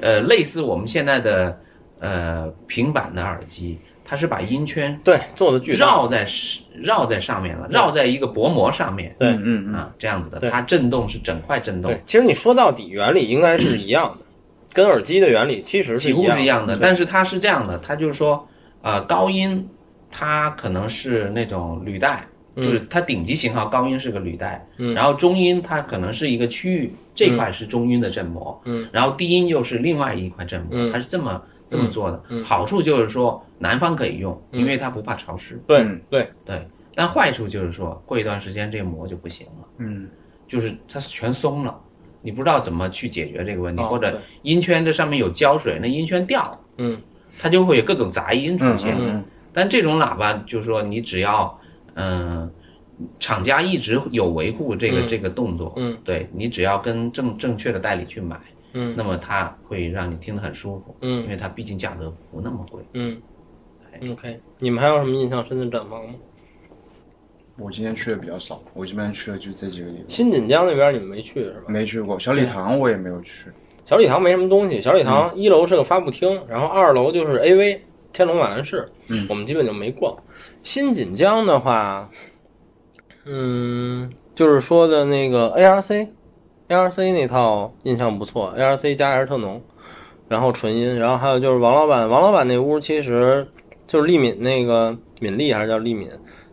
Speaker 2: 呃，类似我们现在的呃平板的耳机，它是把音圈
Speaker 1: 对，做的巨大，
Speaker 2: 绕在是绕在上面了，绕在一个薄膜上面，
Speaker 1: 对
Speaker 4: 嗯嗯嗯，
Speaker 2: 啊，这样子的，
Speaker 1: 对
Speaker 2: 它震动是整块震动
Speaker 1: 对，，其实你说到底，原理应该是一样的，跟耳机的原理其实是嗯
Speaker 2: 几乎是一样的，
Speaker 1: 对
Speaker 2: 但是它是这样的，它就是说，呃，高音它可能是那种履带，
Speaker 1: 嗯
Speaker 2: 就是它顶级型号高音是个履带，
Speaker 1: 嗯
Speaker 2: 然后中音它可能是一个区域，这块是中音的振膜，
Speaker 1: 嗯，
Speaker 2: 然后低音又是另外一块振膜，
Speaker 1: 嗯
Speaker 2: 它是这么这么做的，
Speaker 1: 嗯
Speaker 2: 好处就是说南方可以用，
Speaker 1: 嗯
Speaker 2: 因为它不怕潮湿，
Speaker 1: 对
Speaker 4: 嗯
Speaker 1: 对，
Speaker 2: 对，但坏处就是说过一段时间这个膜就不行了，
Speaker 4: 嗯，
Speaker 2: 就是它全松了。你不知道怎么去解决这个问题，
Speaker 1: 哦
Speaker 2: 或者
Speaker 1: 对
Speaker 2: 音圈这上面有胶水，那音圈掉了，
Speaker 1: 嗯
Speaker 2: 它就会有各种杂音出
Speaker 4: 嗯
Speaker 2: 现。
Speaker 4: 嗯
Speaker 2: 但这种喇叭就是说，你只要，嗯、厂家一直有维护这个、
Speaker 1: 嗯
Speaker 2: 这个动作，
Speaker 1: 嗯，
Speaker 2: 对你只要跟正正确的代理去买，
Speaker 1: 嗯
Speaker 2: 那么它会让你听得很舒服，因
Speaker 1: 嗯
Speaker 2: 为它毕竟价格不那么贵。
Speaker 1: 嗯，OK，你们还有什么印象深的展望吗？
Speaker 4: 我今天去的比较少，我基本上去的就这几个地方，
Speaker 1: 新锦江那边你们没去是吧？
Speaker 4: 没去过小礼堂，我也没有去。
Speaker 1: 小礼堂没什么东西，小礼堂一楼是个发布厅，然后二楼就是 AV 天龙晚兰室，
Speaker 4: 嗯
Speaker 1: 我们基本就没逛。新锦江的话，嗯，就是说的那个 ARC。ARC 那套印象不错，ARC 加尔特浓，然后纯音，然后还有就是王老板，王老板那屋其实就是丽敏那个敏丽还是叫丽敏，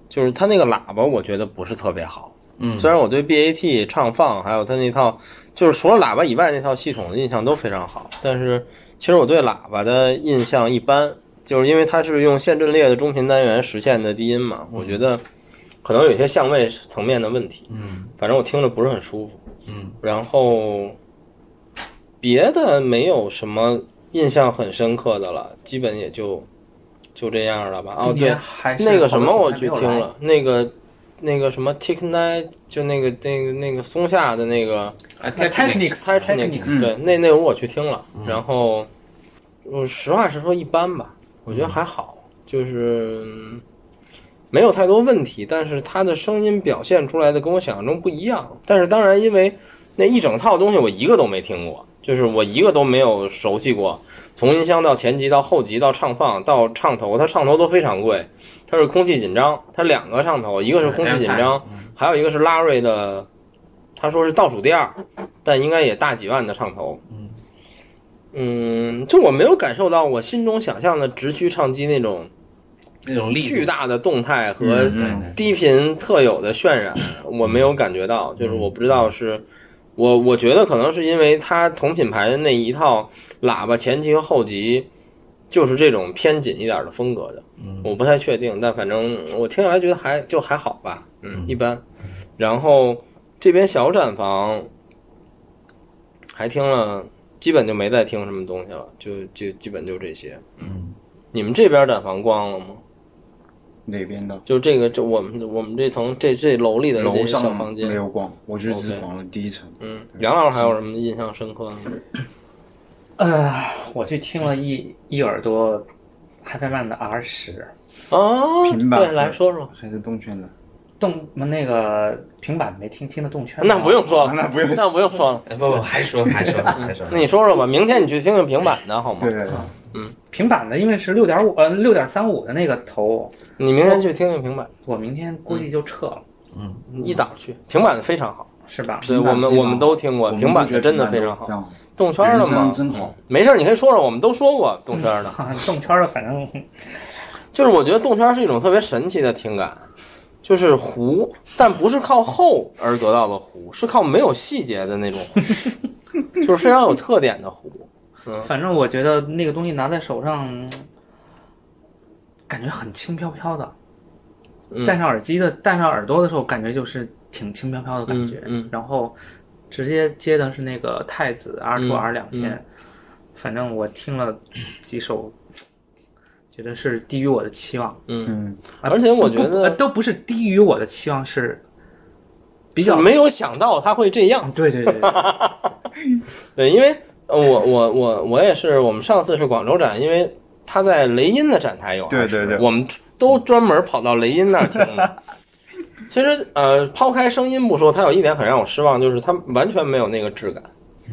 Speaker 1: 就是他那个喇叭我觉得不是特别好，
Speaker 2: 嗯，
Speaker 1: 虽然我对 BAT 唱放还有它那套，就是除了喇叭以外那套系统的印象都非常好，但是其实我对喇叭的印象一般，就是因为它是用线阵列的中频单元实现的低音
Speaker 2: 嗯
Speaker 1: 嘛，我觉得可能有些相位层面的问题，
Speaker 2: 嗯
Speaker 1: 反正我听着不是很舒服。
Speaker 2: 嗯，
Speaker 1: 然后别的没有什么印象很深刻的了，基本也就就这样了吧。哦，
Speaker 3: 今
Speaker 1: 对
Speaker 3: 年，还是
Speaker 1: 那个什么
Speaker 3: 好
Speaker 1: 我
Speaker 3: 多
Speaker 1: 去
Speaker 3: 品牌没有
Speaker 1: 听
Speaker 3: 来
Speaker 1: 了，那个那个什么 Tick Night，就那个那个那个松下的那个
Speaker 2: 啊
Speaker 3: Technics
Speaker 1: t i t a n i
Speaker 3: Technics
Speaker 1: c 对，那那屋我去听了，
Speaker 3: 嗯
Speaker 1: 然后我实话实说一般吧，我
Speaker 3: 嗯
Speaker 1: 觉得还好，就是嗯没有太多问题，但是他的声音表现出来的跟我想象中不一样。但是当然，因为那一整套东西我一个都没听过，就是我一个都没有熟悉过，从音箱到前级到后级到唱放到唱头，它唱头都非常贵，它是空气紧张，它两个唱头，一个是空气紧张，还有一个是拉瑞的，他说是倒数第二，但应该也大几万的唱头。嗯，就我没有感受到我心中想象的直驱唱机那种
Speaker 2: 那种力度
Speaker 1: 巨，大的动态和
Speaker 4: 嗯
Speaker 2: 对
Speaker 4: 嗯，
Speaker 1: 低频特有的渲染，我没有感觉到，就是我不知道是。我我觉得可能是因为它同品牌的那一套喇叭前级和后级，就是这种偏紧一点的风格的，我不太确定，但反正我听下来觉得还就还好吧，嗯，一般。然后这边小展房还听了，基本就没再听什么东西了，就就基本就这些。
Speaker 2: 嗯，
Speaker 1: 你们这边展房逛了吗？
Speaker 4: 哪边的？
Speaker 1: 就这个，这我们我们这层这这楼里的这
Speaker 4: 楼
Speaker 1: 些小
Speaker 4: 上
Speaker 1: 房
Speaker 4: 没
Speaker 1: 间，
Speaker 4: 有逛，我就只
Speaker 1: OK
Speaker 4: 逛了第一层。
Speaker 1: 嗯，梁老师还有什么印象深刻的吗？
Speaker 3: 呃，我去听了一一耳朵海飞曼的 R 十
Speaker 1: 哦，
Speaker 4: 平板
Speaker 1: 对，来说说，
Speaker 4: 还是动圈的，
Speaker 3: 动那个平板没听，听的动圈。啊
Speaker 1: 那不用说了，
Speaker 4: 那不用
Speaker 1: 那不用说了，
Speaker 2: 哎 不不，还说还说还说，
Speaker 1: 那你说说吧，明天你去听听平板的好吗
Speaker 4: 对？对对，
Speaker 3: 平板的，因为是六点五呃六点三五的那个头，
Speaker 1: 你明天去听听平板，
Speaker 3: 我明天估计就撤了，
Speaker 1: 一早去，平板的非常好，
Speaker 3: 是吧？
Speaker 1: 对
Speaker 4: 平
Speaker 1: 我
Speaker 4: 板
Speaker 1: 们
Speaker 4: 非常
Speaker 1: 我们都听过，
Speaker 4: 我们
Speaker 1: 平
Speaker 4: 都
Speaker 1: 板
Speaker 4: 觉
Speaker 1: 的
Speaker 4: 得
Speaker 1: 真的
Speaker 4: 平
Speaker 1: 非
Speaker 4: 板
Speaker 1: 常
Speaker 4: 都非
Speaker 1: 好，
Speaker 4: 常好，
Speaker 1: 动圈的
Speaker 4: 人
Speaker 1: 嘛
Speaker 4: 生，真好。
Speaker 1: 没事儿，你可以说说，我们都说过动圈的，
Speaker 3: 动圈的，反正
Speaker 1: 就是我觉得动圈是一种特别神奇的听感，就是糊，但不是靠厚而得到的糊，是靠没有细节的那种 糊，就是非常有特点的糊。嗯
Speaker 3: 反正我觉得那个东西拿在手上，嗯感觉很轻飘飘的。
Speaker 1: 嗯
Speaker 3: 戴上耳机的，戴上耳朵的时候，感觉就是挺轻飘飘的感觉。
Speaker 1: 嗯嗯
Speaker 3: 然后直接接的是那个太子
Speaker 1: 嗯
Speaker 3: R two R 两千，反正我听了几首，觉得是低于我的期望。
Speaker 4: 嗯，
Speaker 3: 啊
Speaker 1: 而且我
Speaker 3: 不
Speaker 1: 觉
Speaker 3: 呃
Speaker 1: 得
Speaker 3: 都不是低于我的期望，是比较
Speaker 1: 没有想到它会这样。
Speaker 3: 对对对对，
Speaker 1: 对，因为呃我我我我也是，我们上次是广州展，因为他在雷音的展台有啊
Speaker 4: 对
Speaker 1: 20
Speaker 4: 对对
Speaker 1: 我们都专门跑到雷音那儿听的。 其实呃，抛开声音不说，它有一点很让我失望，就是它完全没有那个质感，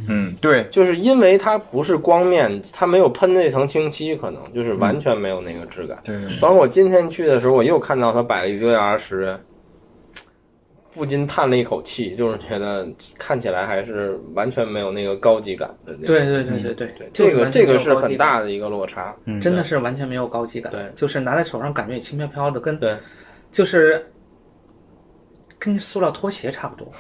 Speaker 4: 嗯，对，
Speaker 1: 就是因为它不是光面，它没有喷那层清漆，可能就是完全没有那个质感。
Speaker 4: 对对
Speaker 1: 包括我今天去的时候，我又看到他摆了一堆 R 十，不禁叹了一口气，就是觉得看起来还是完全没有那个高级感的那种。
Speaker 3: 对对对对对
Speaker 1: 对，，
Speaker 3: 就
Speaker 1: 这
Speaker 3: 是
Speaker 1: 个嗯
Speaker 3: 完全
Speaker 1: 这
Speaker 3: 没
Speaker 1: 个
Speaker 3: 有
Speaker 1: 是
Speaker 3: 高
Speaker 1: 很
Speaker 3: 级感，
Speaker 1: 大的一个落差。
Speaker 4: 嗯
Speaker 3: 真的是完全没有高级感，
Speaker 1: 对
Speaker 3: 就是拿在手上感觉也轻飘飘的，跟
Speaker 1: 对，
Speaker 3: 就是跟塑料拖鞋差不多，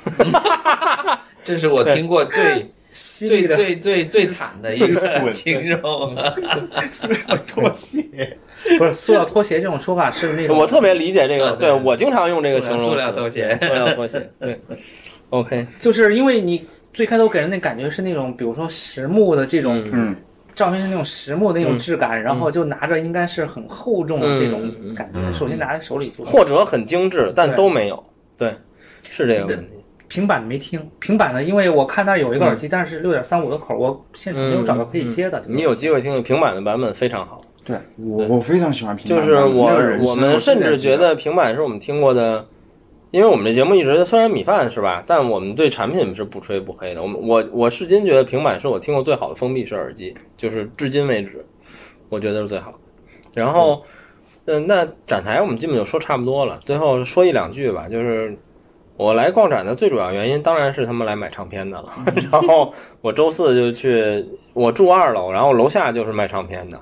Speaker 2: 这是我听过最
Speaker 3: 犀
Speaker 2: 最
Speaker 3: 利的
Speaker 2: 最最最惨的一 个啊形容。
Speaker 1: 嗯
Speaker 4: 塑料拖鞋，
Speaker 3: 不是塑料拖鞋这种说法是那种
Speaker 1: 我特别理解这个，
Speaker 2: 啊对
Speaker 1: 对我经常用这个形容词
Speaker 2: 塑料拖鞋
Speaker 1: 对塑料拖鞋。 对，OK，
Speaker 3: 就是因为你最开头给人的感觉是那种，比如说实木的这种、
Speaker 4: 嗯，
Speaker 3: 照片是那种实木的那
Speaker 1: 嗯
Speaker 3: 种质感，然后就拿着应该是很厚重的这种感觉，首先拿在手里
Speaker 1: 嗯
Speaker 3: 就
Speaker 1: 或者很精致，但
Speaker 3: 对
Speaker 1: 都没有。对，是这个问题。
Speaker 3: 平板没听平板的，因为我看那儿有一个
Speaker 1: 嗯
Speaker 3: 耳机，但是六点三五的口，我现场没有找到可以接的。
Speaker 1: 你有机会听听平板的版本非常好。
Speaker 4: 对我我非常喜欢平
Speaker 1: 就
Speaker 4: 板
Speaker 1: 是
Speaker 4: 版
Speaker 1: 我
Speaker 4: 那个人生
Speaker 1: 我们
Speaker 4: 现
Speaker 1: 甚
Speaker 4: 在
Speaker 1: 至
Speaker 4: 知
Speaker 1: 觉
Speaker 4: 道
Speaker 1: 得平板是我们听过的，因为我们这节目一直虽然米饭是吧，但我们对产品是不吹不黑的。我们我我至今觉得平板是我听过最好的封闭式耳机，就是至今为止，我觉得是最好的。然后，嗯、那展台我们基本就说差不多了，最后说一两句吧，就是。我来逛展的最主要原因当然是他们来买唱片的了，
Speaker 4: 嗯
Speaker 1: 然后我周四就去，我住二楼，然后楼下就是卖唱片的，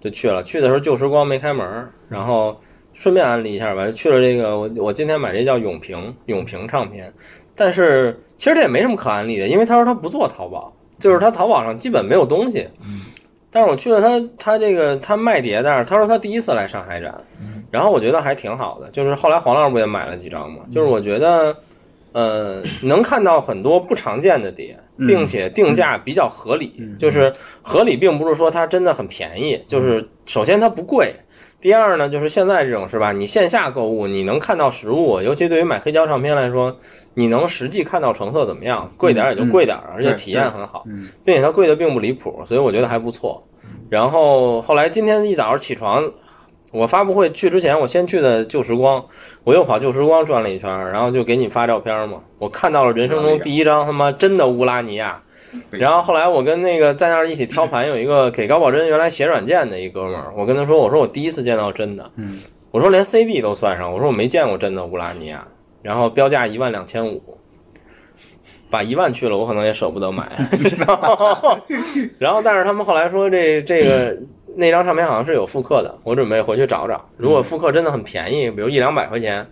Speaker 1: 就去了。去的时候旧时光没开门儿，然后顺便安利一下吧，去了这个我我今天买这叫永平永平唱片，但是其实这也没什么可安利的，因为他说他不做淘宝，就是他淘宝上基本没有东西。但是我去了他他这个他卖碟那儿，他说他第一次来上海展，然后我觉得还挺好的，就是后来黄老师不也买了几张嘛，就是我觉得。呃，能看到很多不常见的碟，并且定价比较合理，就是合理并不是说它真的很便宜，就是首先它不贵，第二呢就是现在这种是吧？你线下购物你能看到实物，尤其对于买黑胶唱片来说，你能实际看到成色怎么样，贵点儿也就贵点儿，啊而且
Speaker 4: 对
Speaker 1: 体验很好，
Speaker 4: 嗯
Speaker 1: 并且它贵的并不离谱，所以我觉得还不错。然后后来今天一早上起床，我发布会去之前，我先去的旧时光，我又跑旧时光转了一圈儿，然后就给你发照片嘛。我看到了人生中第一张他妈真的乌拉尼亚，
Speaker 4: 对
Speaker 1: 然后后来我跟那个在那儿一起挑盘，有一个给高保真原来写软件的一哥们儿，我跟他说，我说我第一次见到真的，
Speaker 4: 嗯
Speaker 1: 我说连 CD 都算上，我说我没见过真的乌拉尼亚，然后标价一万两千五，把一万去了，我可能也舍不得买。然后，然后但是他们后来说这这个那张唱片好像是有复刻的，我准备回去找找。如
Speaker 4: 嗯
Speaker 1: 果复刻真的很便宜，比如一两百块钱，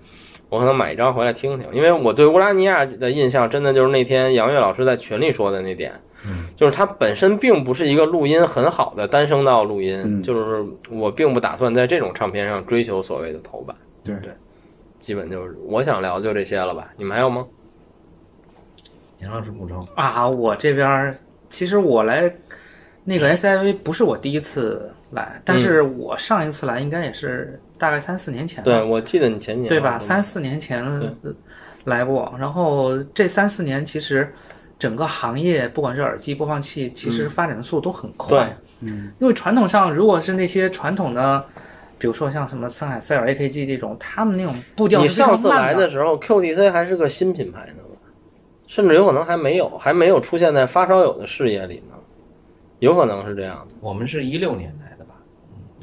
Speaker 1: 我可能买一张回来听听，因为我对乌拉尼亚的印象真的就是那天杨越老师在群里说的那点。
Speaker 4: 嗯
Speaker 1: 就是它本身并不是一个录音很好的单声道录音，
Speaker 4: 嗯
Speaker 1: 就是我并不打算在这种唱片上追求所谓的头版。
Speaker 4: 对
Speaker 1: 基本就是我想聊就这些了吧？你们还有吗？
Speaker 2: 杨老师补充，
Speaker 3: 啊，我这边儿其实我来那个 SIV 不是我第一次来，
Speaker 1: 嗯
Speaker 3: 但是我上一次来应该也是大概三四年前
Speaker 1: 对，
Speaker 3: 了，
Speaker 1: 我记得你前年
Speaker 3: 对吧？
Speaker 1: 嗯
Speaker 3: 三四年前来过，然后这三四年其实整个行业不管是耳机播放器，其
Speaker 1: 嗯
Speaker 3: 实发展的速度都很快。嗯，因为传统上如果是那些传统的。比如说像什么森海塞尔 AKG 这种，他们那种步调
Speaker 1: 你
Speaker 3: 是非常
Speaker 1: 上次
Speaker 3: 慢
Speaker 1: 来的时候，QDC 还是个新品牌呢吧？甚至有可能还没有，还没有出现在发烧友的视野里呢，有可能是这样的。
Speaker 2: 我们是一六年来的吧？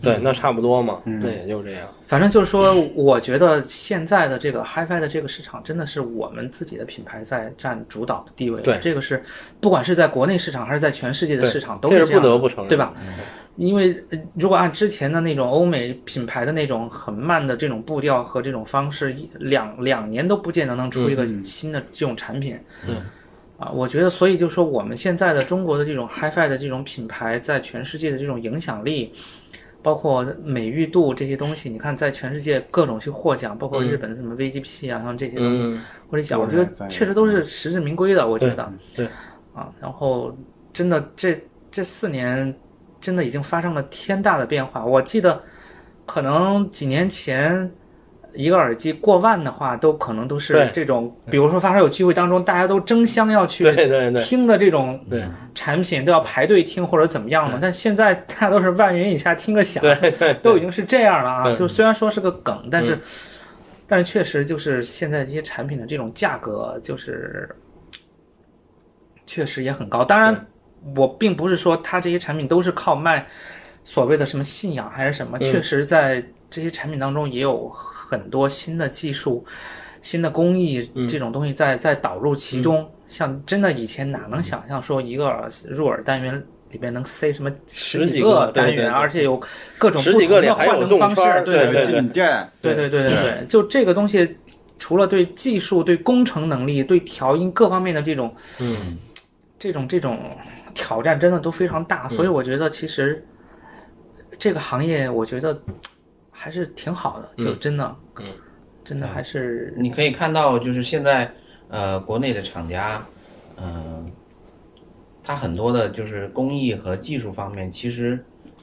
Speaker 1: 对，
Speaker 2: 嗯
Speaker 1: 那差不多嘛，那也就这样。
Speaker 3: 反正就是说，我觉得现在的这个 HiFi 的这个市场，真的是我们自己的品牌在占主导的地位。
Speaker 1: 对
Speaker 3: 这个是不管是在国内市场还是在全世界的
Speaker 1: 对
Speaker 3: 市场，都
Speaker 1: 这是
Speaker 3: 是这样
Speaker 1: 不
Speaker 3: 的
Speaker 1: 得不承认，嗯
Speaker 3: 对吧？因为呃如果按之前的那种欧美品牌的那种很慢的这种步调和这种方式，一两两年都不见得能出一个
Speaker 1: 嗯
Speaker 3: 新的这种产品。
Speaker 1: 对
Speaker 3: 啊，我觉得，所以就说我们现在的中国的这种 HiFi 的这种品牌，在全世界的这种影响力，包括美誉度这些东西，你看在全世界各种去获奖，包括日本的什么 VGP 啊，像这些东西，
Speaker 1: 嗯，
Speaker 3: 或者讲，
Speaker 4: 多
Speaker 3: 我觉得
Speaker 4: HiFi
Speaker 3: 确实都是实至名归的。我觉得，
Speaker 1: 对
Speaker 3: 啊，然后真的这这四年真的已经发生了天大的变化。我记得可能几年前，一个耳机过万的话，都可能都是
Speaker 1: 对
Speaker 3: 这种，比如说发烧友聚会当中，大家都争相要去
Speaker 1: 对对对
Speaker 3: 听的这种
Speaker 1: 对
Speaker 3: 产品，都要排队听或者怎么样嘛。但现在大家都是万元以下听个响，
Speaker 1: 对对，
Speaker 3: 都已经是这样了啊。
Speaker 1: 对嗯
Speaker 3: 就虽然说是个梗，但是、但是确实就是现在这些产品的这种价格就是确实也很高。当然，我并不是说它这些产品都是靠卖所谓的什么信仰还是什么，
Speaker 1: 嗯
Speaker 3: 确实在这些产品当中也有很多新的技术。新的工艺
Speaker 1: 嗯
Speaker 3: 这种东西在在导入其中，像真的以前哪能想象说一个耳入耳单元里边能塞什么十
Speaker 1: 十几个
Speaker 3: 个
Speaker 1: 对
Speaker 3: 单
Speaker 1: 对
Speaker 3: 元，
Speaker 1: 对
Speaker 3: 而且有各种
Speaker 1: 十
Speaker 3: 不
Speaker 1: 几
Speaker 3: 同
Speaker 1: 个里
Speaker 3: 的
Speaker 1: 还有
Speaker 3: 换能
Speaker 1: 动
Speaker 3: 方式
Speaker 1: 圈，儿
Speaker 3: 对
Speaker 1: 对
Speaker 4: 有
Speaker 1: 对
Speaker 4: 静电，
Speaker 3: 对对对对对，就这个东西，除了对技术、对工程能力、对调音各方面的这种，
Speaker 1: 嗯，
Speaker 3: 这种这种挑战，真的都非常大。
Speaker 1: 嗯
Speaker 3: 所以我觉得，其实这个行业，我觉得还是挺好的，就真的，
Speaker 1: 嗯，
Speaker 3: 真的还是
Speaker 2: 你可以看到，就是现在呃，国内的厂家，嗯、它很多的就是工艺和技术方面，其实，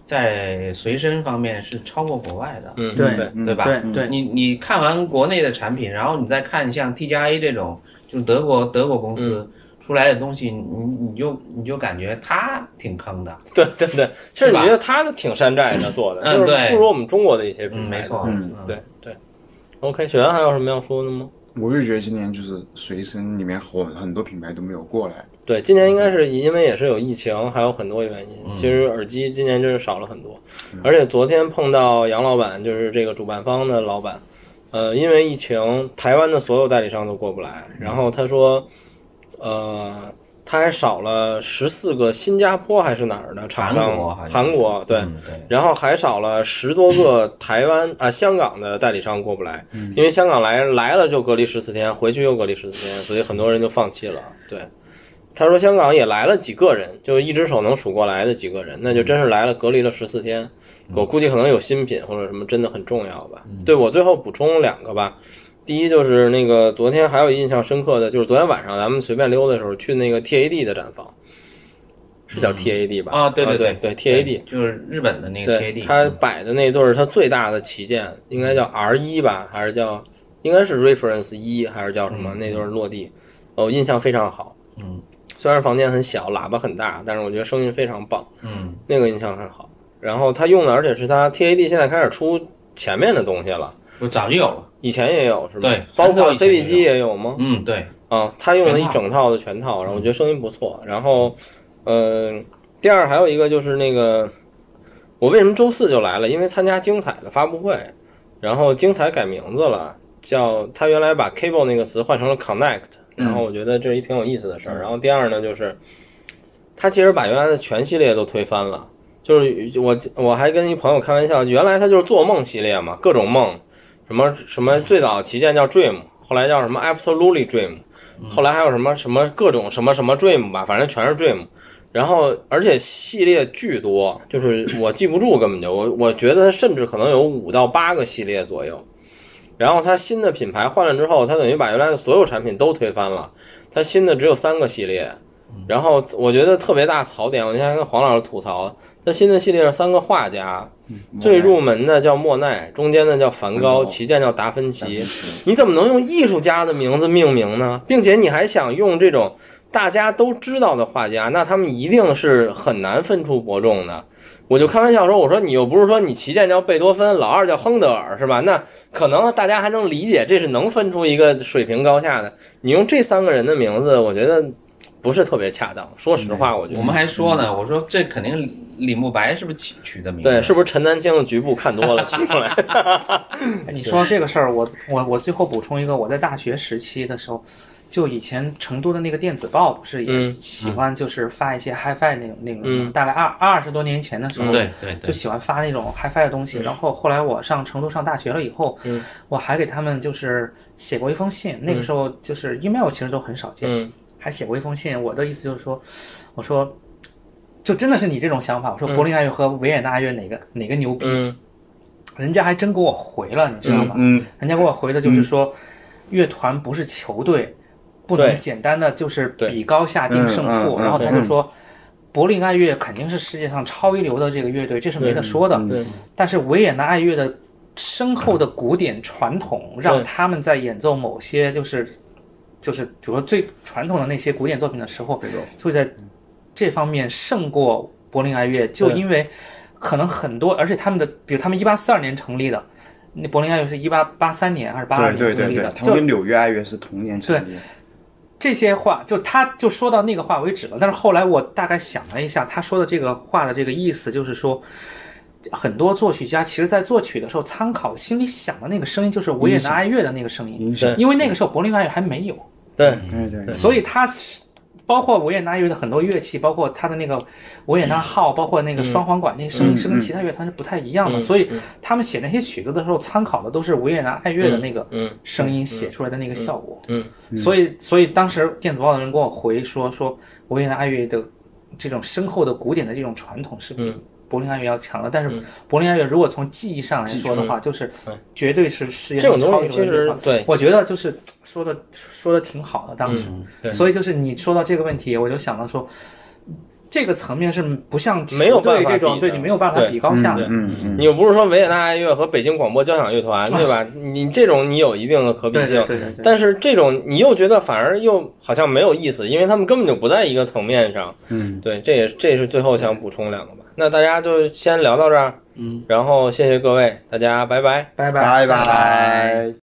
Speaker 2: 在随身方面是超过国外的，
Speaker 1: 嗯
Speaker 3: 对
Speaker 1: 对
Speaker 2: 对吧？
Speaker 3: 对对
Speaker 2: 你你看完国内的产品，然后你再看像 T 加 A 这种，就是德国德国公司出来的东西，你你就你就感觉它挺坑的，
Speaker 1: 对对对，甚
Speaker 2: 是
Speaker 1: 至
Speaker 2: 吧
Speaker 1: 觉得他的挺山寨的做的，
Speaker 2: 嗯
Speaker 1: 就是
Speaker 2: 对
Speaker 1: 不如我们中国的一些品
Speaker 2: 嗯，
Speaker 1: 牌
Speaker 2: 没
Speaker 1: 的。
Speaker 2: 错，
Speaker 4: 嗯
Speaker 1: 对对。OK，雪原还有什么要说的吗？
Speaker 4: 我就觉得今年就是随身里面很很多品牌都没有过来，
Speaker 1: 对，今年应该是因为也是有疫情，还有很多原
Speaker 2: 嗯
Speaker 1: 因。其实耳机今年真是少了很多，而且昨天碰到杨老板，就是这个主办方的老板，呃，因为疫情，台湾的所有代理商都过不
Speaker 2: 嗯
Speaker 1: 来。然后他说，呃，他还少了十四个新加坡还是哪儿的厂商，
Speaker 2: 韩
Speaker 1: 韩
Speaker 2: 国好像是
Speaker 1: 国对。
Speaker 2: 嗯对。
Speaker 1: 然后还少了十多个台湾啊、香港的代理商过不来，
Speaker 2: 嗯
Speaker 1: 因为香港来来了就隔离十四天，回去又隔离十四天，所以很多人就放弃了。对，他说香港也来了几个人，就一只手能数过来的几个人，
Speaker 2: 嗯
Speaker 1: 那就真是来了隔离了十四天。我估计可能有新品或者什么真的很重要吧。
Speaker 2: 嗯
Speaker 1: 对我最后补充两个吧。第一就是那个昨天还有印象深刻的就是昨天晚上咱们随便溜的时候去那个 TAD 的展房，是叫 TAD 吧？
Speaker 2: 啊，对
Speaker 1: 对
Speaker 2: 对
Speaker 1: 对 TAD
Speaker 2: 就是日本的那个
Speaker 1: 对
Speaker 2: TAD，
Speaker 1: 他摆的那对儿，他最大的旗舰应该叫
Speaker 2: 嗯
Speaker 1: R 一吧，还是叫应该是 Reference 一，还是叫什么、那对儿落地，我印象非常好。
Speaker 2: 嗯，
Speaker 1: 虽然房间很小，喇叭很大，但是我觉得声音非常棒，
Speaker 2: 嗯
Speaker 1: 那个印象很好。然后他用的，而且是他 TAD 现在开始出前面的东西了，
Speaker 2: 我早就有了，
Speaker 1: 以前也有是吧？
Speaker 2: 对
Speaker 1: 包
Speaker 2: 很早
Speaker 1: 括
Speaker 2: 以前就有
Speaker 1: CD 机也有吗？
Speaker 2: 嗯，对，
Speaker 1: 啊，他用了一
Speaker 2: 全套
Speaker 1: 整套的全套，然后我觉得声音不错。然后，呃，第二还有一个就是那个，我为什么周四就来了？因为参加精彩的发布会，然后精彩改名字了，叫他原来把 cable 那个词换成了 connect，然后我觉得这是一挺有意思的事儿。然后第二呢，就是他其实把原来的全系列都推翻了。就是我我还跟一朋友开玩笑，原来他就是做梦系列嘛，各种梦，什么什么最早旗舰叫 Dream，后来叫什么 Absolutely Dream，后来还有什么什么各种什么什么 Dream 吧，反正全是 Dream。然后而且系列巨多，就是我记不住，根本就我我觉得它甚至可能有五到八个系列左右。然后它新的品牌换了之后，它等于把原来的所有产品都推翻了，它新的只有三个系列。然后我觉得特别大槽点，我那天还跟黄老师吐槽，它新的系列是三个画家，最入门的叫莫奈，中间的叫梵
Speaker 4: 嗯梵
Speaker 1: 高，
Speaker 4: 高
Speaker 1: 旗舰叫达芬奇
Speaker 4: 达芬奇。
Speaker 1: 你怎么能用艺术家的名字命名呢？并且你还想用这种大家都知道的画家，那他们一定是很难分出伯仲的。我就开玩笑说，我说你又不是说你旗舰叫贝多芬，老二叫亨德尔，是吧？那可能大家还能理解，这是能分出一个水平高下的。你用这三个人的名字，我觉得不是特别恰当。说实话，我觉得
Speaker 2: 我们还说呢，我说这肯定李李慕白是不是起取的名字？
Speaker 1: 对，是不是陈丹青的局部看多了起出来？
Speaker 3: 哎你说到这个事儿，我我我最后补充一个，我在大学时期的时候，就以前成都的那个电子报不是也
Speaker 1: 嗯
Speaker 3: 喜欢就是发一些 HiFi 那种内容吗，
Speaker 1: 嗯
Speaker 3: 大概二二十多年前的时候，
Speaker 2: 对对
Speaker 3: 就
Speaker 2: 对，
Speaker 3: 喜欢发那种 HiFi 的东
Speaker 4: 嗯
Speaker 3: 西。然后后来我上成都上大学了以后，
Speaker 1: 嗯
Speaker 3: 我还给他们就是写过一封信，
Speaker 4: 嗯
Speaker 3: 那个时候就是 email 其实都很少见，
Speaker 1: 嗯
Speaker 3: 还写过一封信。我的意思就是说，我说。就真的是你这种想法，
Speaker 4: 嗯
Speaker 3: 我说柏林爱乐和维也纳爱乐哪个、哪个牛逼？
Speaker 1: 嗯
Speaker 3: 人家还真给我回了，你知道吗？
Speaker 4: 嗯，
Speaker 3: 人家给我回的就是说，乐团不是球队，不能
Speaker 1: 对
Speaker 3: 简单的就是
Speaker 1: 对
Speaker 3: 比高下定胜负。
Speaker 4: 嗯嗯嗯
Speaker 3: 然后他就说，柏林爱
Speaker 4: 嗯
Speaker 3: 乐肯定是世界上超一流的这个乐队，这是没得说的。但是维也纳爱乐的深厚的古典传统，让他们在演奏某些就是就是比如说最传统的那些古典作品的时候，
Speaker 4: 这个
Speaker 3: 就会在这方面胜过柏林爱乐，就因为可能很多，而且他们的，比如他们一八四二年成立的，那柏林爱乐是一八八三年还是
Speaker 1: 啊
Speaker 3: 八二
Speaker 4: 对
Speaker 3: 年
Speaker 4: 对
Speaker 3: 成
Speaker 4: 对
Speaker 3: 立
Speaker 4: 对
Speaker 3: 的，，
Speaker 4: 他们
Speaker 3: 就
Speaker 4: 跟纽约爱乐是同年成立的，
Speaker 3: 这些话，就他就说到那个话为止了。但是后来我大概想了一下，他说的这个话的这个意思，就是说。很多作曲家其实，在作曲的时候，参考心里想的那个声音，就是维也纳爱乐的那个声音，
Speaker 4: 影响。
Speaker 3: 因为那个时候柏林爱乐还没有，
Speaker 1: 对，
Speaker 4: 对对，
Speaker 3: 所以它是包括维也纳乐的很多乐器，包括它的那个维也纳号，包括那个双簧管，那些声音
Speaker 4: 嗯
Speaker 3: 是跟其他乐团是不太一样
Speaker 1: 嗯
Speaker 3: 的。所以他们写那些曲子的时候，参考的都是维也纳爱乐的那个
Speaker 1: 嗯
Speaker 3: 声音写出来的那个效果。
Speaker 1: 嗯嗯
Speaker 3: 所以所以当时电子报的人跟我回说说维也纳爱乐的这种深厚的古典的这种传统是比
Speaker 1: 嗯
Speaker 3: 柏林爱乐要强的，但是柏林爱乐如果从技艺上来说的话，就是绝对是世界
Speaker 1: 嗯这
Speaker 3: 上
Speaker 1: 种
Speaker 3: 超
Speaker 1: 东西
Speaker 3: 越
Speaker 1: 其实对，
Speaker 3: 我觉得就是说的说的挺好的，当时，
Speaker 1: 对
Speaker 3: 所以就是你说到这个问题，我就想到说，这个层面是不像球
Speaker 1: 没有办
Speaker 3: 队
Speaker 1: 法
Speaker 3: 这种
Speaker 1: 比
Speaker 3: 对
Speaker 1: 的
Speaker 3: 你没有办法
Speaker 1: 对
Speaker 3: 比高下的，
Speaker 4: 嗯嗯，
Speaker 1: 你又不是说维也纳爱乐和北京广播交响乐团，对吧？你这种你有一定的可比
Speaker 3: 对
Speaker 1: 性
Speaker 3: 对，对对对。
Speaker 1: 但是这种你又觉得反而又好像没有意思，因为他们根本就不在一个层面上。
Speaker 4: 嗯，
Speaker 1: 对，这也这也是最后想补充两个吧。那大家就先聊到这儿，嗯，然后谢谢各位，大家拜拜。
Speaker 3: 拜拜
Speaker 4: 拜拜。